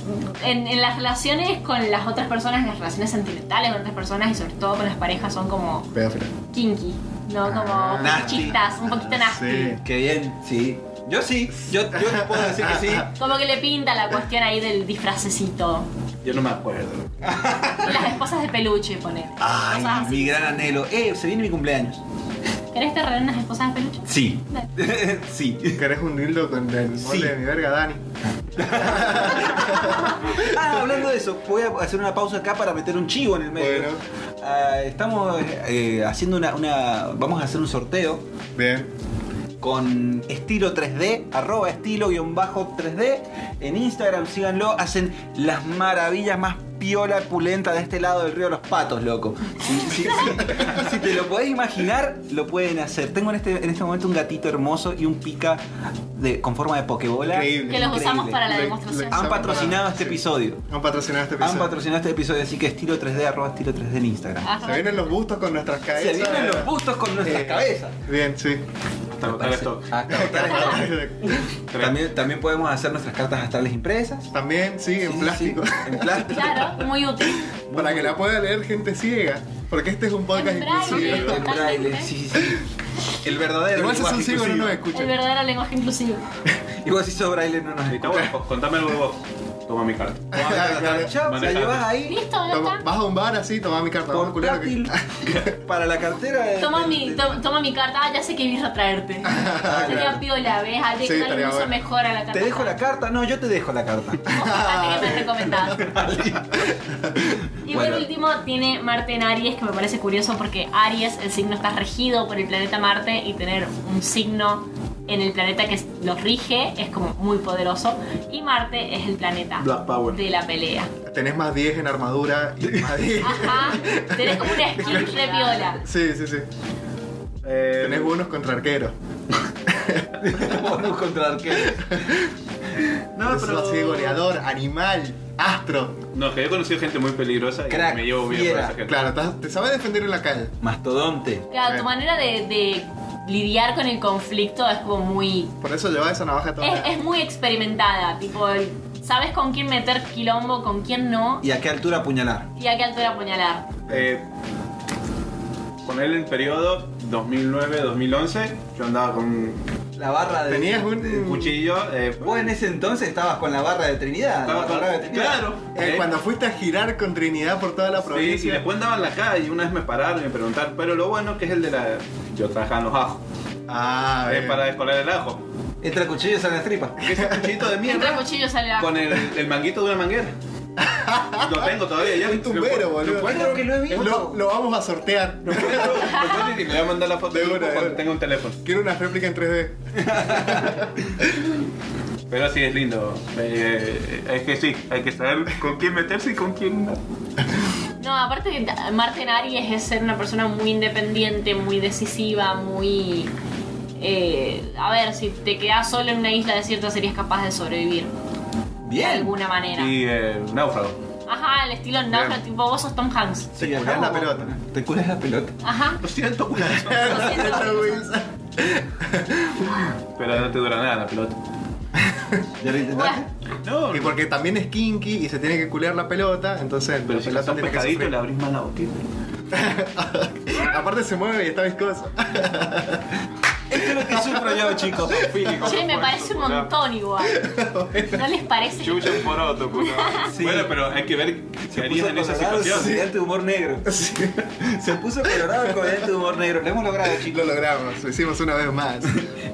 En, en las relaciones con las otras personas, en las relaciones sentimentales con otras personas y sobre todo con las parejas son como Pedófilo. kinky, ¿no? Como Ah, nasty. chistas, un poquito nasty. Sí. Qué bien, sí. Yo sí. Yo, yo puedo decir que sí. Como que le pinta la cuestión ahí del disfracecito. Yo no me acuerdo. Las esposas de peluche, poner. Ay, mi gran anhelo. Eh, se viene mi cumpleaños. ¿Querés te regalar unas esposas de peluche? Sí. Dale. sí. ¿Querés un dildo con el molde Sí. de mi verga, Dani? Ah, hablando de eso, voy a hacer una pausa acá para meter un chivo en el medio. Bueno. Ah, estamos eh, haciendo una, una- Vamos a hacer un sorteo Bien. con estilo 3D, arroba estilo guión bajo 3D. En Instagram síganlo, hacen las maravillas más piola pulenta de este lado del río Los Patos, loco. Si, si- si- si te lo podés imaginar, lo pueden hacer. Tengo en este, en este momento un gatito hermoso y un pica de, con forma de pokebola. Increíble. Que los usamos Increíble. para la Le- demostración. le- Han patrocinado este Sí. episodio. Han patrocinado este Han episodio. patrocinado este episodio, así que estilo 3D, arroba estilo 3D en Instagram. Ah, Se vienen los bustos con nuestras Se cabezas. vienen los bustos con nuestras Eh, cabezas. Ah, Bien, sí. Hasta agotar esto. Hasta botar Ah. esto. También, también podemos hacer nuestras cartas astrales impresas. También, sí, Sí, en sí, plástico. sí, en plástico. Claro, muy útil. Para que la pueda leer gente ciega. Porque este es un podcast En braille. inclusivo. En braille, sí, sí, sí. El verdadero. Igual si son lenguaje ciegos no nos inclusivo. El escuchan. verdadero lenguaje inclusivo. Igual si sos braille no nos Ahorita escucha. vos, pues, contame algo de vos. Toma mi carta. Chao, la Manejate. llevas ahí Listo, ya Toma- está. vas a un bar así, toma mi carta, toma culero. que- portátil para la cartera. de- Toma de- mi, de- to- toma mi carta. Ah, ya sé que vine a traerte. Ah, Sería piola, ¿ves? Alguien Sí, que estaría le uso bueno. mejor a la carta. Te dejo la carta. No, yo te dejo la carta. Ojalá que me recomendás. Y Bueno. por último tiene Marte en Aries, que me parece curioso porque Aries, el signo está regido por el planeta Marte y tener un signo en el planeta que lo rige es como muy poderoso. Y Marte es el planeta Black Power. de la pelea. Tenés más 10 en armadura y más 10. Ajá, tenés como una skin re viola. Sí, sí, sí. Eh, Tenés buenos contra arqueros. Bonus contra arquero. No, Eso pero- así, goleador, animal, astro. No, que yo he conocido gente muy peligrosa y Crack, me llevo bien fiera. con esa gente. Claro, estás- te sabes defender en la calle. Mastodonte. Claro, tu manera de, de lidiar con el conflicto es como muy... Por eso llevas esa navaja toda. Es, es muy experimentada, tipo, sabes con quién meter quilombo, con quién no ¿Y a qué altura apuñalar? y a qué altura apuñalar. Eh, ponerle el periodo 2009-2011, yo andaba con La barra de. Tenías un- de- un cuchillo. eh, Vos en ese entonces estabas con la barra de Trinidad. Estaba la con- barra de Trinidad. Claro. Eh, eh, Cuando fuiste a girar con Trinidad por toda la Sí, y provincia. después andaba en la calle, una vez me pararon y me preguntaron, pero lo bueno que es el de la... Yo trabajaba en los ajos, Ah, eh, bien. para descolar el ajo. Entre cuchillos en las tripas. Ese cuchillito de Entra el mierda cuchillo sale la... con el, el manguito de una manguera. Lo tengo todavía, ya. Un tumbero, Lo- boludo. Lo encuentro, Creo que lo he visto. Lo, lo vamos a sortear. lo encuentro, lo encuentro y le voy a mandar la foto De del una, grupo de cuando una. tenga un teléfono. Quiero una réplica en 3D. Pero sí, es lindo. Eh, es que sí, hay que saber con quién meterse y con quién no. No, aparte que Marte en Aries es ser una persona muy independiente, muy decisiva, muy... eh, a ver, si te quedas solo en una isla desierta serías capaz de sobrevivir de Bien. alguna manera. Y eh, náufrago. Ajá, el estilo náufrago, tipo vos sos Tom Hanks. Sí, Te acá culas la vos- pelota. Te culas la pelota. Ajá. Lo siento, culazo. siento. Pero no te dura nada la pelota. ¿Ya lo intentaste? Bueno, No, y porque también es kinky y se tiene que culear la pelota, entonces pero la si no pelota son tiene que pescaditos, sufrir. le abrís más la boquita. Aparte se mueve y está viscoso. Esto es lo que sufro yo, chicos. che, me parece un montón igual. ¿No les parece? Chucha un poroto, puta. Sí. Bueno, pero hay que ver Sí, se harías puso en esa colorado el situación? comediante de humor negro. Se puso colorado el comediante de humor negro. Lo hemos logrado, chicos. Lo logramos, lo hicimos una vez más.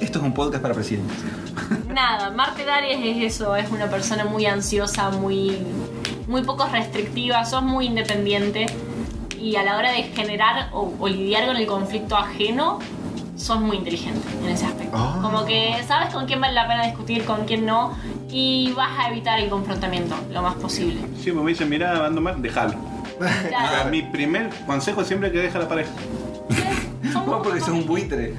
Esto es un podcast para presidentes. Nada, Marte Darius es eso, es una persona muy ansiosa, muy, muy poco restrictiva, sos muy independiente y a la hora de generar o, o lidiar con el conflicto ajeno, sos muy inteligente en ese aspecto. Ah. Como que sabes con quién vale la pena discutir, con quién no y vas a evitar el confrontamiento lo más posible. Sí, pues me dicen, mira, ando mal, déjalo. Claro, Mi primer consejo es siempre que deja la pareja. somos No, porque sos un buitre.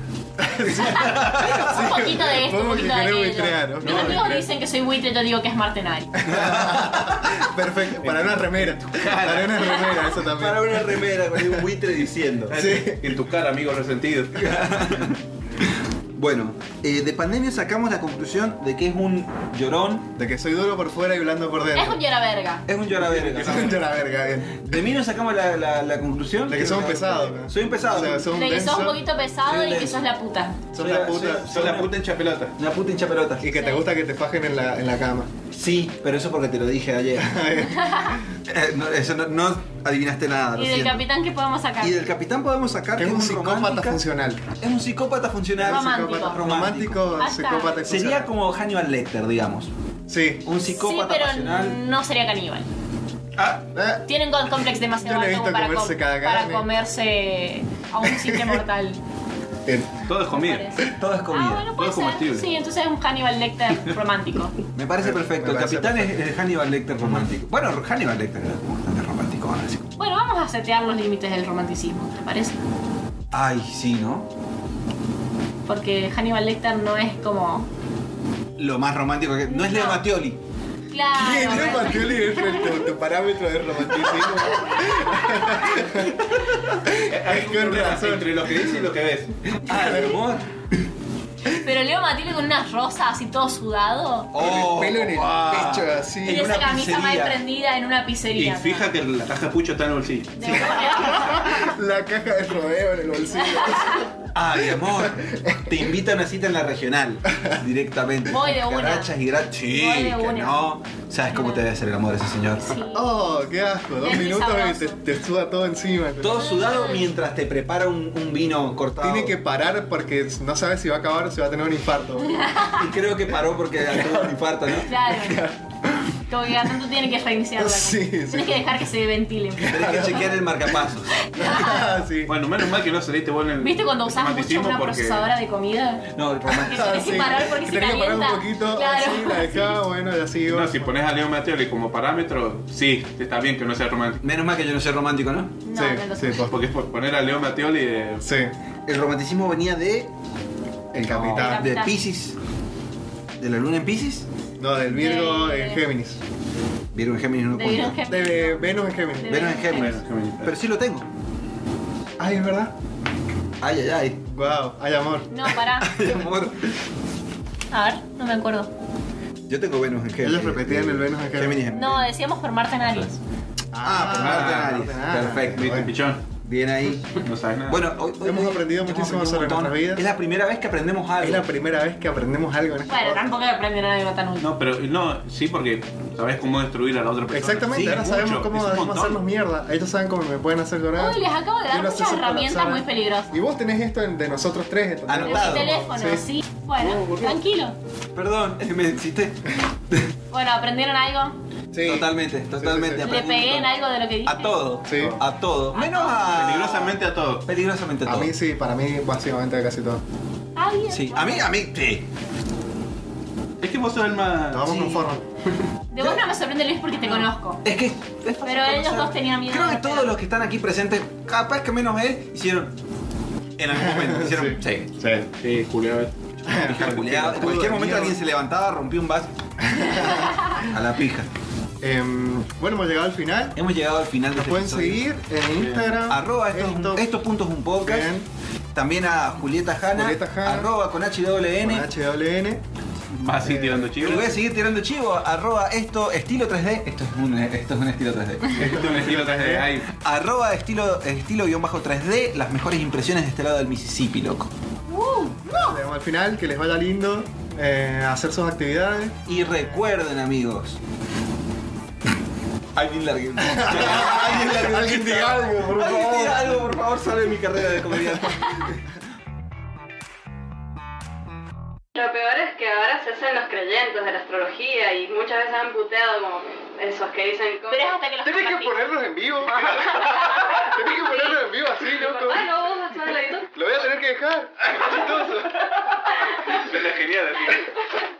un poquito de esto, un Como que poquito querés de aquello. buitrear, ¿no? Mis No, amigos buitrear. dicen que soy buitre, yo digo que es Marte Darius. Perfecto, para una remera. Para una remera, eso también. Para una remera con un buitre diciendo. Sí. En tu cara, amigo resentido. Bueno, eh, de pandemia sacamos la conclusión de que es un llorón. De que soy duro por fuera y blando por Es un dentro. verga. Es un lloraverga. Es un la verga, bien. De mí nos sacamos la, la- la conclusión. De que son pesados. ¿no? Soy un pesado. O sea, son De que sos un densos, poquito pesado soy y que denso. sos la puta. son la Soy- puta. soy- Son la puta en chapelota. Una puta hincha pelota. Y que te gusta que te fajen en la, en la cama. Sí, pero eso porque te lo dije ayer. Eh, no, eso no, no adivinaste nada. lo Y del siento. capitán que podemos sacar. Y del capitán podemos sacar Que Ah, es un psicópata romántica- funcional. Es un psicópata funcional. Romántico. Psicópata Romántico. romántico, Hasta- psicópata Sería funcional. como Hannibal Lecter, digamos. Sí. Un Sí, psicópata pero pasional. no sería caníbal. Ah, eh, Tiene un god complex demasiado Yo le he alto como visto para, comerse com- cada para carne. comerse a un simple mortal. me bien. Todo es comida. parece. Todo es comida. Ah, bueno, todo puede es ser. comestible. Sí, entonces es un Hannibal Lecter romántico. Me parece perfecto. me el parece capitán es el Hannibal Lecter romántico. Bueno, Hannibal Lecter era bastante romántico, ahora sí. Bueno, vamos a setear los límites del romanticismo, ¿te parece? Ay, sí, ¿no? Porque Hannibal Lecter no es como. Lo más romántico que. No es Leo No. Mattioli. ¿Quién Claro. es bueno. Mattioli? Es el- tu, tu parámetro de romanticismo. Hay con un problema razón. entre lo que dices y lo que ves. Ah, el amor. Pero Leo Matilde con unas rosas así todo sudado. Oh, el pelo en el wow. pecho, así. Y En esa una camisa mal pizzería. prendida en una Y pizzería. fija que la caja de pucho está en el bolsillo. De una- La caja de rodeo en el bolsillo. Ay, Ah, amor. Te invita a una cita en la regional. Directamente. Voy de una. Garachas y gra- Sí, Voy de que una. no. ¿Sabes cómo te debe hacer el amor ese señor? Sí. Oh, qué asco. Dos Es muy minutos y te, sabroso. te suda todo encima. Todo sudado mientras te prepara un, un vino cortado. Tiene que parar porque no sabe si va a acabar o si va a tener un infarto. Y creo que paró porque tuvo un infarto, ¿no? Claro. Como que cada tanto tiene que reiniciarla. Sí, sí. Tienes que dejar que se ventile. Tenés que chequear el marcapasos. Ah, sí. Bueno, menos mal que no saliste vos en el ¿Viste cuando usas mucho romanticismo una porque- procesadora de comida? No, el romántico. Que Ah, tenés que sí. parar porque se Tenés que calienta. parar un poquito, claro. así, la dejaba, bueno, y así iba. No, si pones a Leo Matteoli como parámetro, sí, está bien que no sea romántico. Menos mal que yo no soy romántico, ¿no? No, no lo sí, sé. sí, Porque es por poner a Leo Matteoli de... sí. El romanticismo venía de. El capitán. de Pisces. ¿De la luna en Pisces? No, del Virgo De- en Géminis. Vieron en Géminis no De Virgen cuenta. Gemini. De Venus en Géminis. De- Venus en Géminis. Bueno, Gemini. Pero sí lo tengo. Ay, ¿es verdad? Ay, ay, ay. Wow, hay amor. No, pará. Ay, amor. A ver, no me acuerdo. Yo tengo Venus en Géminis. Ellos repetían el Venus en Géminis. en- No, decíamos por Marte en Aries. Ah, por Marte en Marte en Aries. Aries. Perfecto. Viste, Bueno. pichón, Bien ahí. no sabes nada. Bueno, hoy, hoy- Hemos hoy- aprendido hemos muchísimo aprendido sobre un montón. nuestras vidas. Es la primera vez que aprendemos algo. Es la primera vez que aprendemos algo en este Bueno, podcast. tampoco aprender a algo tan útil. no, pero no, sí porque sabes cómo destruir a la otra persona. Exactamente, Sí, ahora mucho, sabemos es cómo un debemos montón. hacernos mierda. Ellos saben cómo me pueden hacer llorar. Uy, les acabo de Yo dar los muchas hice herramientas colapsar. muy peligrosas. ¿eh? Y vos tenés esto en- de nosotros tres. entonces- De mi Anotado. teléfono, sí. Sí. Bueno, Oh, boludo. tranquilo. Perdón, me hiciste. Bueno, ¿aprendieron algo? Sí. Totalmente, totalmente. sí, sí. ¿Le aprendí un pegué en montón. algo de lo que dije? A todo. Sí. A todo. Menos a. Ah, Peligrosamente a todos. Peligrosamente a A todo. mí sí, para mí básicamente casi todo. Ah, bien. Sí. A mí, a mí, sí. Es que vos sos el Nos más... vamos Sí. con Forma. De vos no me sorprende Luis porque te conozco. Es que. es fácil Pero ellos conocer. dos tenían miedo Creo de que la todos pelota. los que están aquí presentes, capaz que menos él, hicieron. En algún momento, hicieron. Sí. Sí. eh. Sí, Julio. Calculado. En cualquier momento alguien se levantaba, rompía un vaso. a la pija. Em, bueno, hemos llegado al final. Hemos llegado al final de Nos este pueden episodio. seguir en Instagram. Arroba estos, estos puntos un podcast. Bien. También a Julieta Hanna. Julieta Hanna. Arroba con con HWN. HWN. Más así tirando Y voy a chivos. seguir tirando chivo. Arroba esto estilo 3D. Esto es un, esto es un estilo 3D. Esto me estilo atrás de ahí. Arroba estilo, estilo guión bajo 3D, las mejores impresiones de este lado del Mississippi, loco. ¡Oh! Llegamos al final, que les vaya lindo. eh, hacer sus actividades. Y recuerden, amigos, Alguien largue. Alguien, alguien diga algo, por Alguien favor. diga algo, por favor, salve mi carrera de comediante. Lo peor es que ahora se hacen los creyentes de la astrología y muchas veces han puteado como esos que dicen como... Pero es hasta que los Tienes que compartís. ponerlos en vivo. Tienes que ponerlos en vivo así, loco. Ah, Ay, no, vos estás en la YouTube. Lo voy a tener que dejar. Suena genial, así.